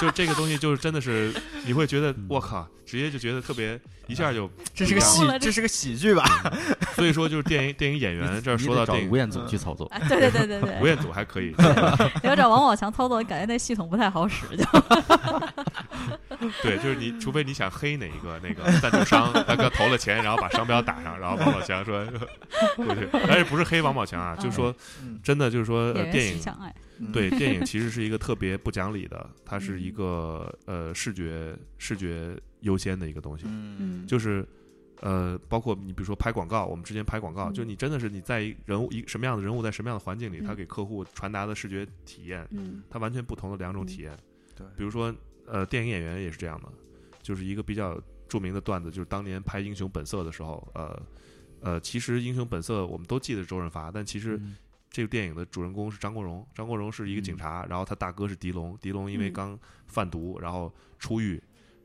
S4: 就这个东西就是真的是你会觉得我靠，直接就觉得特别一下就，
S3: 嗯这是个
S2: 我了这
S3: 喜，这是个喜剧吧？
S4: 所以说就是电影电影演员这嗯儿
S1: 你
S4: 说
S1: 得
S4: 到
S1: 找
S4: 电影
S1: 吴彦祖去 操作，
S2: 哎对对对对
S4: 吴
S2: 对，
S4: 彦祖还可以，
S2: 有点王宝强操作，感觉那系统不太好使，就
S4: 对，就是你，除非你想黑哪一个那个赞助商，他刚投了钱，然后把商标打上，然后王宝强说 过去，但是不是黑王宝强啊？就说
S3: 嗯
S4: 真的，就 是说、
S2: 演
S4: 呃
S2: 员
S4: 电
S2: 取
S4: 影
S2: 强哎，
S3: 嗯
S4: 对，电影其实是一个特别不讲理的，它是一个呃视觉视觉优先的一个东西，
S3: 嗯，
S4: 就是呃，包括你比如说拍广告，我们之前拍广告，
S2: 嗯
S4: 就是你真的是你在一人物一什么样的人物在什么样的环境里，
S2: 嗯
S4: 他给客户传达的视觉体验，
S2: 嗯
S4: 它完全不同的两种
S2: 嗯
S4: 体验。
S3: 对
S4: 比如说呃，电影演员也是这样的，就是一个比较著名的段子，就是当年拍《英雄本色》的时候，呃呃，其实《英雄本色》我们都记得是周润发，但其实
S1: 嗯
S4: 这个电影的主人公是张国荣，张国荣是一个警察，然后他大哥是狄龙，狄龙因为
S2: 嗯
S4: 刚贩毒，然后出狱，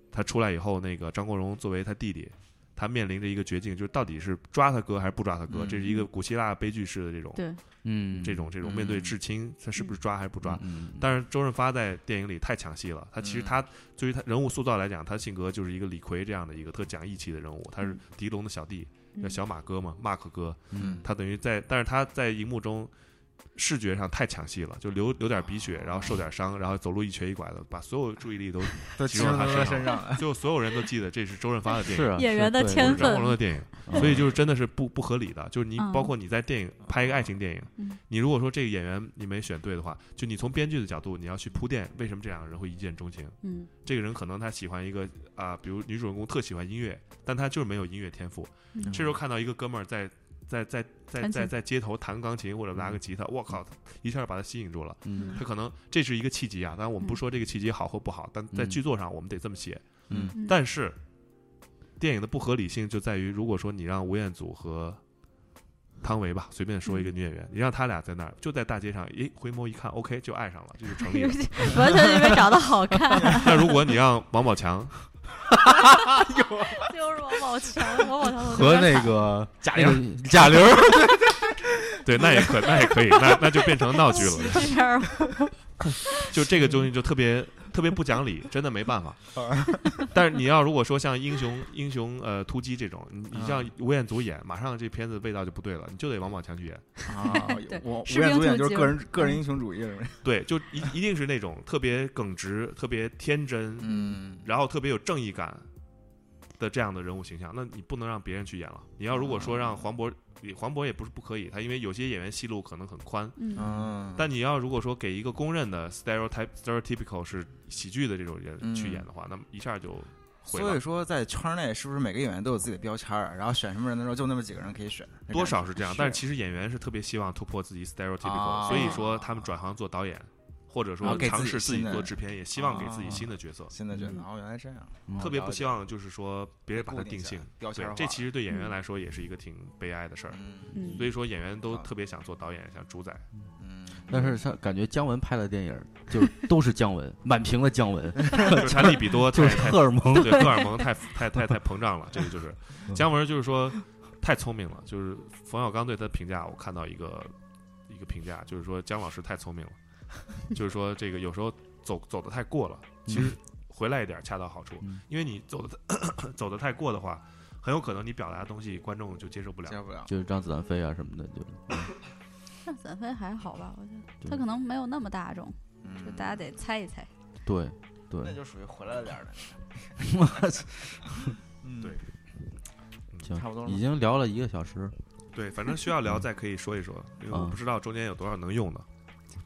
S4: 他出来以后，那个张国荣作为他弟弟，他面临着一个绝境，就是到底是抓他哥还是不抓他哥，
S3: 嗯
S4: 这是一个古希腊悲剧式的这种
S2: 对，
S1: 嗯，
S4: 这种这种面对
S3: 嗯
S4: 至亲，他是不是抓还是不
S1: 嗯
S4: 抓？
S1: 嗯
S4: 但是周润发在电影里太抢戏了，他其实
S3: 嗯
S4: 他对于他人物塑造来讲，他性格就是一个李逵这样的一个特讲义气的人物，他是
S2: 嗯
S4: 狄龙的小弟，
S2: 嗯
S4: 叫小马哥嘛，Mark 哥，
S1: 嗯
S4: 他等于在，但是他在荧幕中视觉上太抢戏了，就流流点鼻血，然后受点伤，然后走路一瘸一拐的，把所有注意力都，
S3: 都
S4: 集
S3: 集
S4: 中
S3: 中
S4: 到
S3: 到
S4: 他
S3: 他
S4: 身
S3: 身上了。
S4: 最后所有人都记得这是周润发的电
S1: 是
S4: 影。
S1: 啊
S2: 演
S1: 是
S2: 员的
S1: 对
S2: 天
S4: 是张国荣
S2: 分
S4: 的电影，
S1: 嗯
S4: 所以就是真的是不不合理的，就是你
S2: 嗯
S4: 包括你在电影拍一个爱情电影
S2: 嗯，
S4: 你如果说这个演员你没选对的话，就你从编剧的角度你要去铺垫为什么这两个人会一见钟情，
S2: 嗯
S4: 这个人可能他喜欢一个啊、比如女主人公特喜欢音乐，但她就是没有音乐天赋。
S2: 嗯
S4: 这时候看到一个哥们儿在在在在
S2: 弹琴嗯
S4: 在在街头弹钢琴或者拿个吉他，我靠，一下把他吸引住了。
S1: 嗯
S4: 他可能这是一个契机啊，当然我
S2: 嗯
S4: 们不说这个契机好或不好，但在
S1: 嗯
S4: 剧作上我们得这么写。
S1: 嗯
S2: 嗯
S4: 但是电影的不合理性就在于，如果说你让吴彦祖和汤唯吧，随便说一个女演员，你让他俩在那儿就在大街上，诶，回眸一看，OK，就爱上了，这就成立了。
S2: 完 全就没长得好看，
S4: 那如果你让王宝强
S2: 就是王宝强，王宝强都
S1: 和
S2: 有点
S1: 那
S2: 惨
S1: 个
S4: 贾
S1: 那个贾玲儿，
S4: 对，那也可， 那也可以，那那就变成闹 剧了。
S2: 喜剧片儿，
S4: 就这个东西就特别特别不讲理，真的没办法。但是你要如果说像英雄英雄呃突击这种，你你像吴彦祖演，马上这片子味道就不对了，你就得王宝强去演。
S3: 啊，
S2: 对
S3: 我吴
S2: 士
S3: 彦
S2: 兵
S3: 祖
S2: 突
S3: 演就是
S2: 击
S3: 个人个
S2: 嗯
S3: 人英雄主义是不是？
S4: 对，就一一定是那种特别耿直、特别天真，
S3: 嗯，
S4: 然后特别有正义感的这样的人物形象，那你不能让别人去演了。你要如果说
S3: 嗯
S4: 让黄渤，黄渤也不是不可以，他因为有些演员戏路可能很宽，
S2: 嗯
S3: 嗯，
S4: 但你要如果说给一个公认的 stereotype stereotypical 是喜剧的这种人
S3: 嗯
S4: 去演的话，那么一下就毁
S3: 所
S4: 了
S3: 以。说在圈内是不是每个演员都有自己的标签儿啊？然后选什么人的时候就那么几个人可以选，那
S4: 多
S3: 感觉
S4: 少是这样，但是其实演员是特别希望突破自己 stereotypical，
S3: 啊
S4: 所以说他们转行做导演，或者
S3: 然
S4: 说
S3: 后给
S4: 尝
S3: 自己
S4: 试自己
S3: 新的
S4: 做制片，也希望给自己
S3: 啊
S4: 新的角色，
S3: 现在觉得
S2: 嗯
S3: 哦，原来这样，
S1: 嗯
S4: 特别不希望就是说别人把它
S3: 固定
S4: 定
S3: 下
S4: 性
S3: 来。标
S4: 对
S3: 签，化
S4: 这其
S3: 了
S4: 实对演员来说也是一个挺悲哀的事儿。
S3: 嗯
S2: 嗯
S4: 所以说演员都
S3: 啊
S4: 特别想做导演，想主宰。
S3: 嗯，
S1: 但是像感觉姜文拍的电影儿就都是姜文， 满屏的姜文，
S4: 就是查理比 多
S1: 就
S4: 太
S1: 是
S4: 太
S1: 荷尔蒙。
S4: 对荷尔蒙太太太太膨胀了，这个就是姜文就是说太聪明了，就是冯小刚对他的评价，我看到一个一个评价，就是说姜老师太聪明了，就是说这个有时候走走的太过了，其实回来一点恰到好处
S1: 嗯，
S4: 因为你走的走的太过的话，很有可能你表达的东西观众就接受不了
S3: 接。受不了，
S1: 就是张子弹飞啊什么的，就
S2: 让散飞还好吧，我觉得
S1: 对
S2: 他可能没有那么大众，
S3: 嗯
S2: 就大家得猜一猜。
S1: 对
S3: 那
S1: 对，
S3: 就属于回来了点儿的， 嗯
S4: 对
S1: 行
S3: 差不多，了
S1: 已经聊了一个小时，
S4: 对，反正需要聊再可以说一说，因为我不知道中间有多少能用的。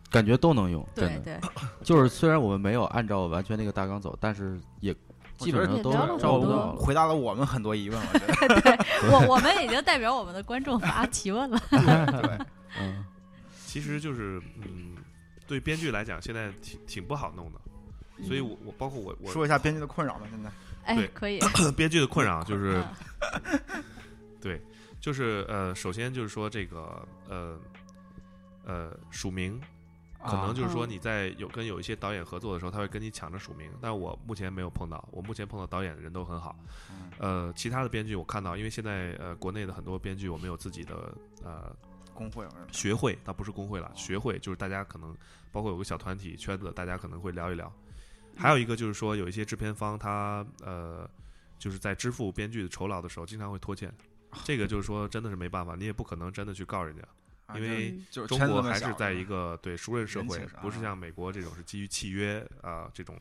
S1: 感觉都能用，
S2: 对
S1: 真的。
S2: 对，
S1: 就是虽然我们没有按照完全那个大纲走，但是也基本上
S2: 也
S1: 都
S2: 聊了
S1: 照
S2: 很
S1: 顾
S2: 多
S1: 到了。
S3: 回答了我们很多疑问，我觉得
S2: 我我们已经代表我们的观众发提 问了。
S3: 对，
S1: 嗯，
S4: 其实就是嗯，对编剧来讲，现在挺挺不好弄的，所以
S2: 嗯
S4: 我我包括我我
S3: 说一下编剧的困扰吧，现在
S2: 哎
S4: 对，
S2: 可以，
S4: 编剧的困扰啊就是
S2: 嗯
S4: 对，就是呃，首先就是说这个呃呃署名，可
S3: 啊
S4: 能就是说
S2: 嗯
S4: 你在有跟有一些导演合作的时候，他会跟你抢着署名，但我目前没有碰到，我目前碰到导演的人都很好。
S3: 嗯
S4: 呃，其他的编剧我看到，因为现在呃国内的很多编剧我们有自己的呃
S3: 工会有人
S4: 学会，倒不是工会了，学会就是大家可能包括有个小团体圈子，大家可能会聊一聊。还有一个就是说，有一些制片方他呃，就是在支付编剧的酬劳的时候，经常会拖欠。这个就是说，真的是没办法，你也不可能真的去告人家。
S3: 啊
S4: 因为
S2: 嗯
S3: 就是
S4: 中
S3: 圈子
S4: 国
S3: 那么
S4: 还是
S3: 小
S4: 在一个对熟人社
S3: 人
S4: 会
S3: 情上，
S4: 不是
S3: 啊
S4: 像美国这种是基于契约啊、这种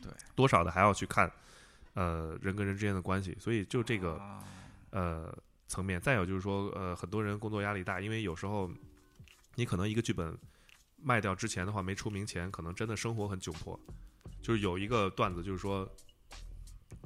S3: 对，
S4: 多少的还要去看，呃，人跟人之间的关系。所以就这个
S3: 啊
S4: 呃层面。再有就是说，呃，很多人工作压力大，因为有时候你可能一个剧本卖掉之前的话，没出名前，可能真的生活很窘迫。就是有一个段子，就是说，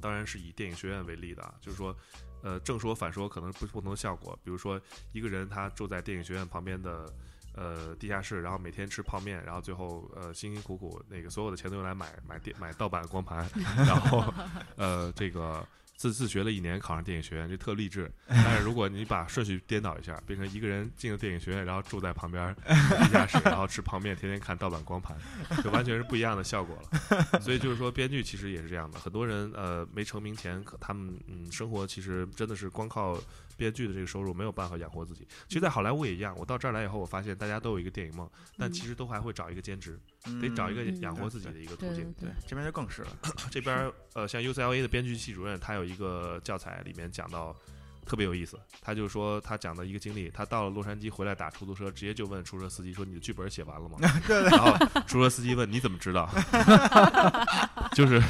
S4: 当然是以电影学院为例的，啊，就是说，呃，正说反说可能不不同的效果。比如说，一个人他住在电影学院旁边的。呃，地下室，然后每天吃泡面，然后最后呃辛辛苦苦那个所有的钱都用来买买电买盗版光盘，然后呃这个自自学了一年，考上电影学院，这特励志。但是如果你把顺序颠倒一下，变成一个人进了电影学院，然后住在旁边 儿地下室，然后吃泡面，天天看盗版光盘，就完全是不一样的效果了。所以就是说，编剧其实也是这样的。很多人呃没成名前，可他们嗯生活其实真的是光靠编剧的这个收入没有办法养活自己。其实，在好莱坞也一样。我到这儿来以后，我发现大家都有一个电影梦，但其实都还会找一个兼职，得找一个
S2: 嗯
S4: 养活
S3: 对
S4: 自己
S3: 对
S4: 的一个途
S2: 对对。
S4: 径
S2: 对
S3: 嗯对，这边就更是了。
S4: 这边儿呃，像 UCLA 的编剧系主任，他有一个教材里面讲到特别有意思，他就说他讲的一个经历，他到了洛杉矶回来打出租车，直接就问出租车司机说：“你的剧本写完了吗？”然后出租车司机问：“你怎么知道？” 就是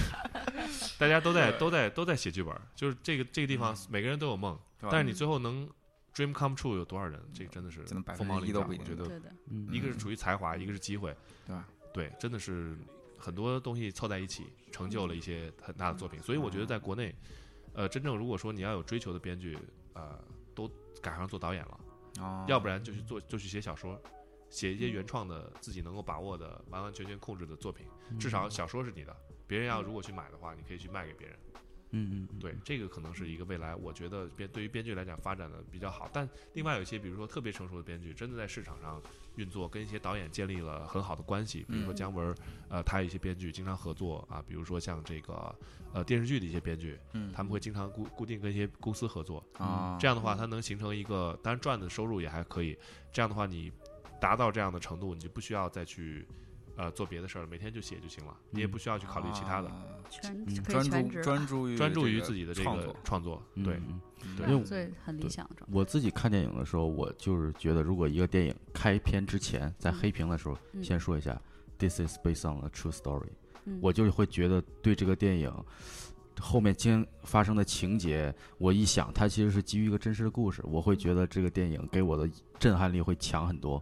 S4: 大家都在都在都在写剧本儿，就是这个这个地方
S3: 嗯啊
S4: 每个人都有梦，
S3: 对吧
S4: 但是你最后能 dream come true 有多少人？这个真的是
S3: 可能百分
S4: 凤
S3: 之
S4: 毛麟
S3: 一都
S4: 角，
S3: 不
S4: 我
S3: 一定
S4: 觉得
S2: 对的，
S1: 嗯
S4: 一个是处于才华，一个是机会，
S3: 对吧？
S4: 对，真的是很多东西凑在一起，成就了一些很大的作品。所以我觉得
S3: 嗯
S4: 在国内，呃，真正如果说你要有追求的编剧，呃，都赶上做导演了，
S3: 哦，嗯
S4: 嗯要不然就去做，就去写小说，写一些原创的、自己能够把握的、完完全全控制的作品。
S3: 嗯
S4: 至少小说是你的，别人要如果去买的话，你可以去卖给别人。
S1: 嗯嗯嗯
S4: 对，这个可能是一个未来，我觉得编对于编剧来讲发展的比较好。但另外有一些，比如说特别成熟的编剧，真的在市场上运作，跟一些导演建立了很好的关系。比如说
S2: 嗯
S4: 姜文儿，呃，他一些编剧经常合作啊，比如说像这个呃电视剧的一些编剧，
S3: 嗯
S4: 他们会经常固固定跟一些公司合作。
S3: 啊，
S4: 这样的话，它能形成一个，当然赚的收入也还可以。这样的话，你达到这样的程度，你就不需要再去呃做别的事儿了，每天就写就行了，你也不需要去考虑其他的。
S3: 嗯啊，
S2: 全
S1: 嗯
S2: 可以
S3: 专
S2: 全
S3: 注
S2: 职了，
S3: 专注于
S4: 专注于
S3: 个
S4: 自己的这
S3: 创
S4: 个
S3: 作，
S4: 创作，
S1: 嗯
S4: 对，
S1: 嗯
S3: 嗯
S4: 对
S1: 因为
S2: 所以很理
S1: 对
S2: 想的状态。
S1: 我自己看电影的时候，我就是觉得，如果一个电影开篇之前，在
S2: 嗯
S1: 黑屏的时候，
S2: 嗯
S1: 先说一下，This is based on a true story，、
S2: 嗯
S1: 我就会觉得对这个电影后面经发生的情节，我一想，它其实是基于一个真实的故事，我会觉得这个电影给我的震撼力会强很多。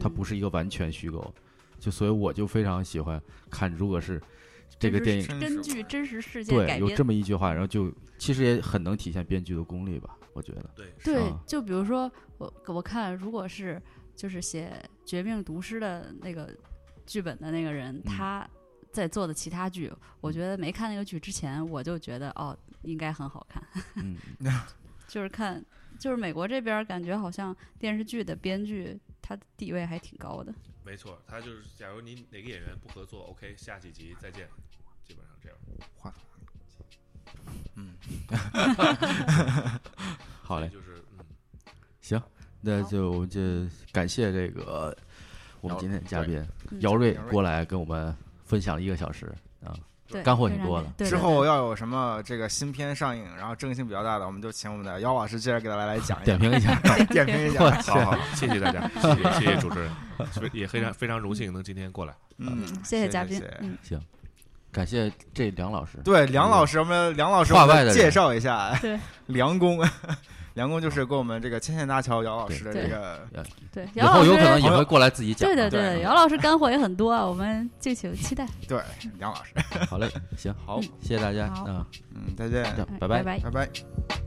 S1: 它不
S2: 是
S1: 是一个完全虚构，就所以我就非常喜欢看，如果是这个电影
S3: 真
S2: 根
S3: 实
S2: 据
S3: 故事
S2: 真实事件
S1: 对
S2: 改
S1: 有
S2: 编
S1: 这么一句话，然后就其实也很能体现编剧的功力吧，我觉得。
S4: 对
S2: 对
S1: 啊，
S2: 就比如说我我看，如果是就是写《绝命毒师》的那个剧本的那个人，
S1: 嗯
S2: 他在做的其他剧，我觉得没看那个剧之前，我就觉得哦，应该很好看。
S1: 嗯，
S2: 就是看，就是美国这边儿感觉好像电视剧的编剧他的地位还挺高的。
S4: 没错，他就是，假如你哪个演员不合作，OK，下几集再见，基本上这样。
S3: 嗯，
S1: 好嘞，
S4: 就是嗯，
S1: 行，那
S2: 好
S1: 就我们就感谢这个我们
S3: 姚
S1: 今天的嘉宾
S2: 嗯
S1: 姚瑞
S3: 姚瑞
S1: 过来跟我们分享了一个小时啊，
S2: 对，
S1: 干货
S2: 非
S1: 挺
S2: 常
S1: 多
S2: 美
S1: 的
S2: 对
S3: 之
S2: 对
S3: 后
S2: 对
S3: 要有什么这个新片上映，然后争议性比较大的，我们就请我们的姚老师接着给大家来讲一
S1: 点
S3: 讲，
S1: 评一下，
S3: 点评一
S1: 我
S3: 下。
S4: 好好，谢谢大家，谢谢谢谢主持人，也非常非常荣幸能今天过来。
S3: 嗯，
S2: 谢
S3: 谢
S2: 嘉宾
S3: 谢，
S2: 嗯，
S1: 行，感谢这梁老师，
S3: 对，梁老师，我们梁老师，
S1: 话
S3: 我们
S1: 外的人
S3: 介绍一下，
S2: 对
S3: 梁工， 梁工就是跟我们这个牵线搭桥姚老师的
S2: 对
S3: 这个，
S2: 对，
S1: 以
S2: 姚老
S1: 后
S2: 师
S1: 有可能也会过来自己讲
S2: 对的
S1: 啊。
S2: 对的，
S3: 对
S2: 姚老师干货也很多啊，我们敬请期待。哎
S3: 对，梁老师，
S1: 好嘞，行，
S3: 好，
S1: 谢谢大家
S2: 好
S1: 啊，
S3: 嗯，再见，
S1: 这样
S2: 哎
S1: 拜
S2: 拜。
S3: 拜拜。
S2: 拜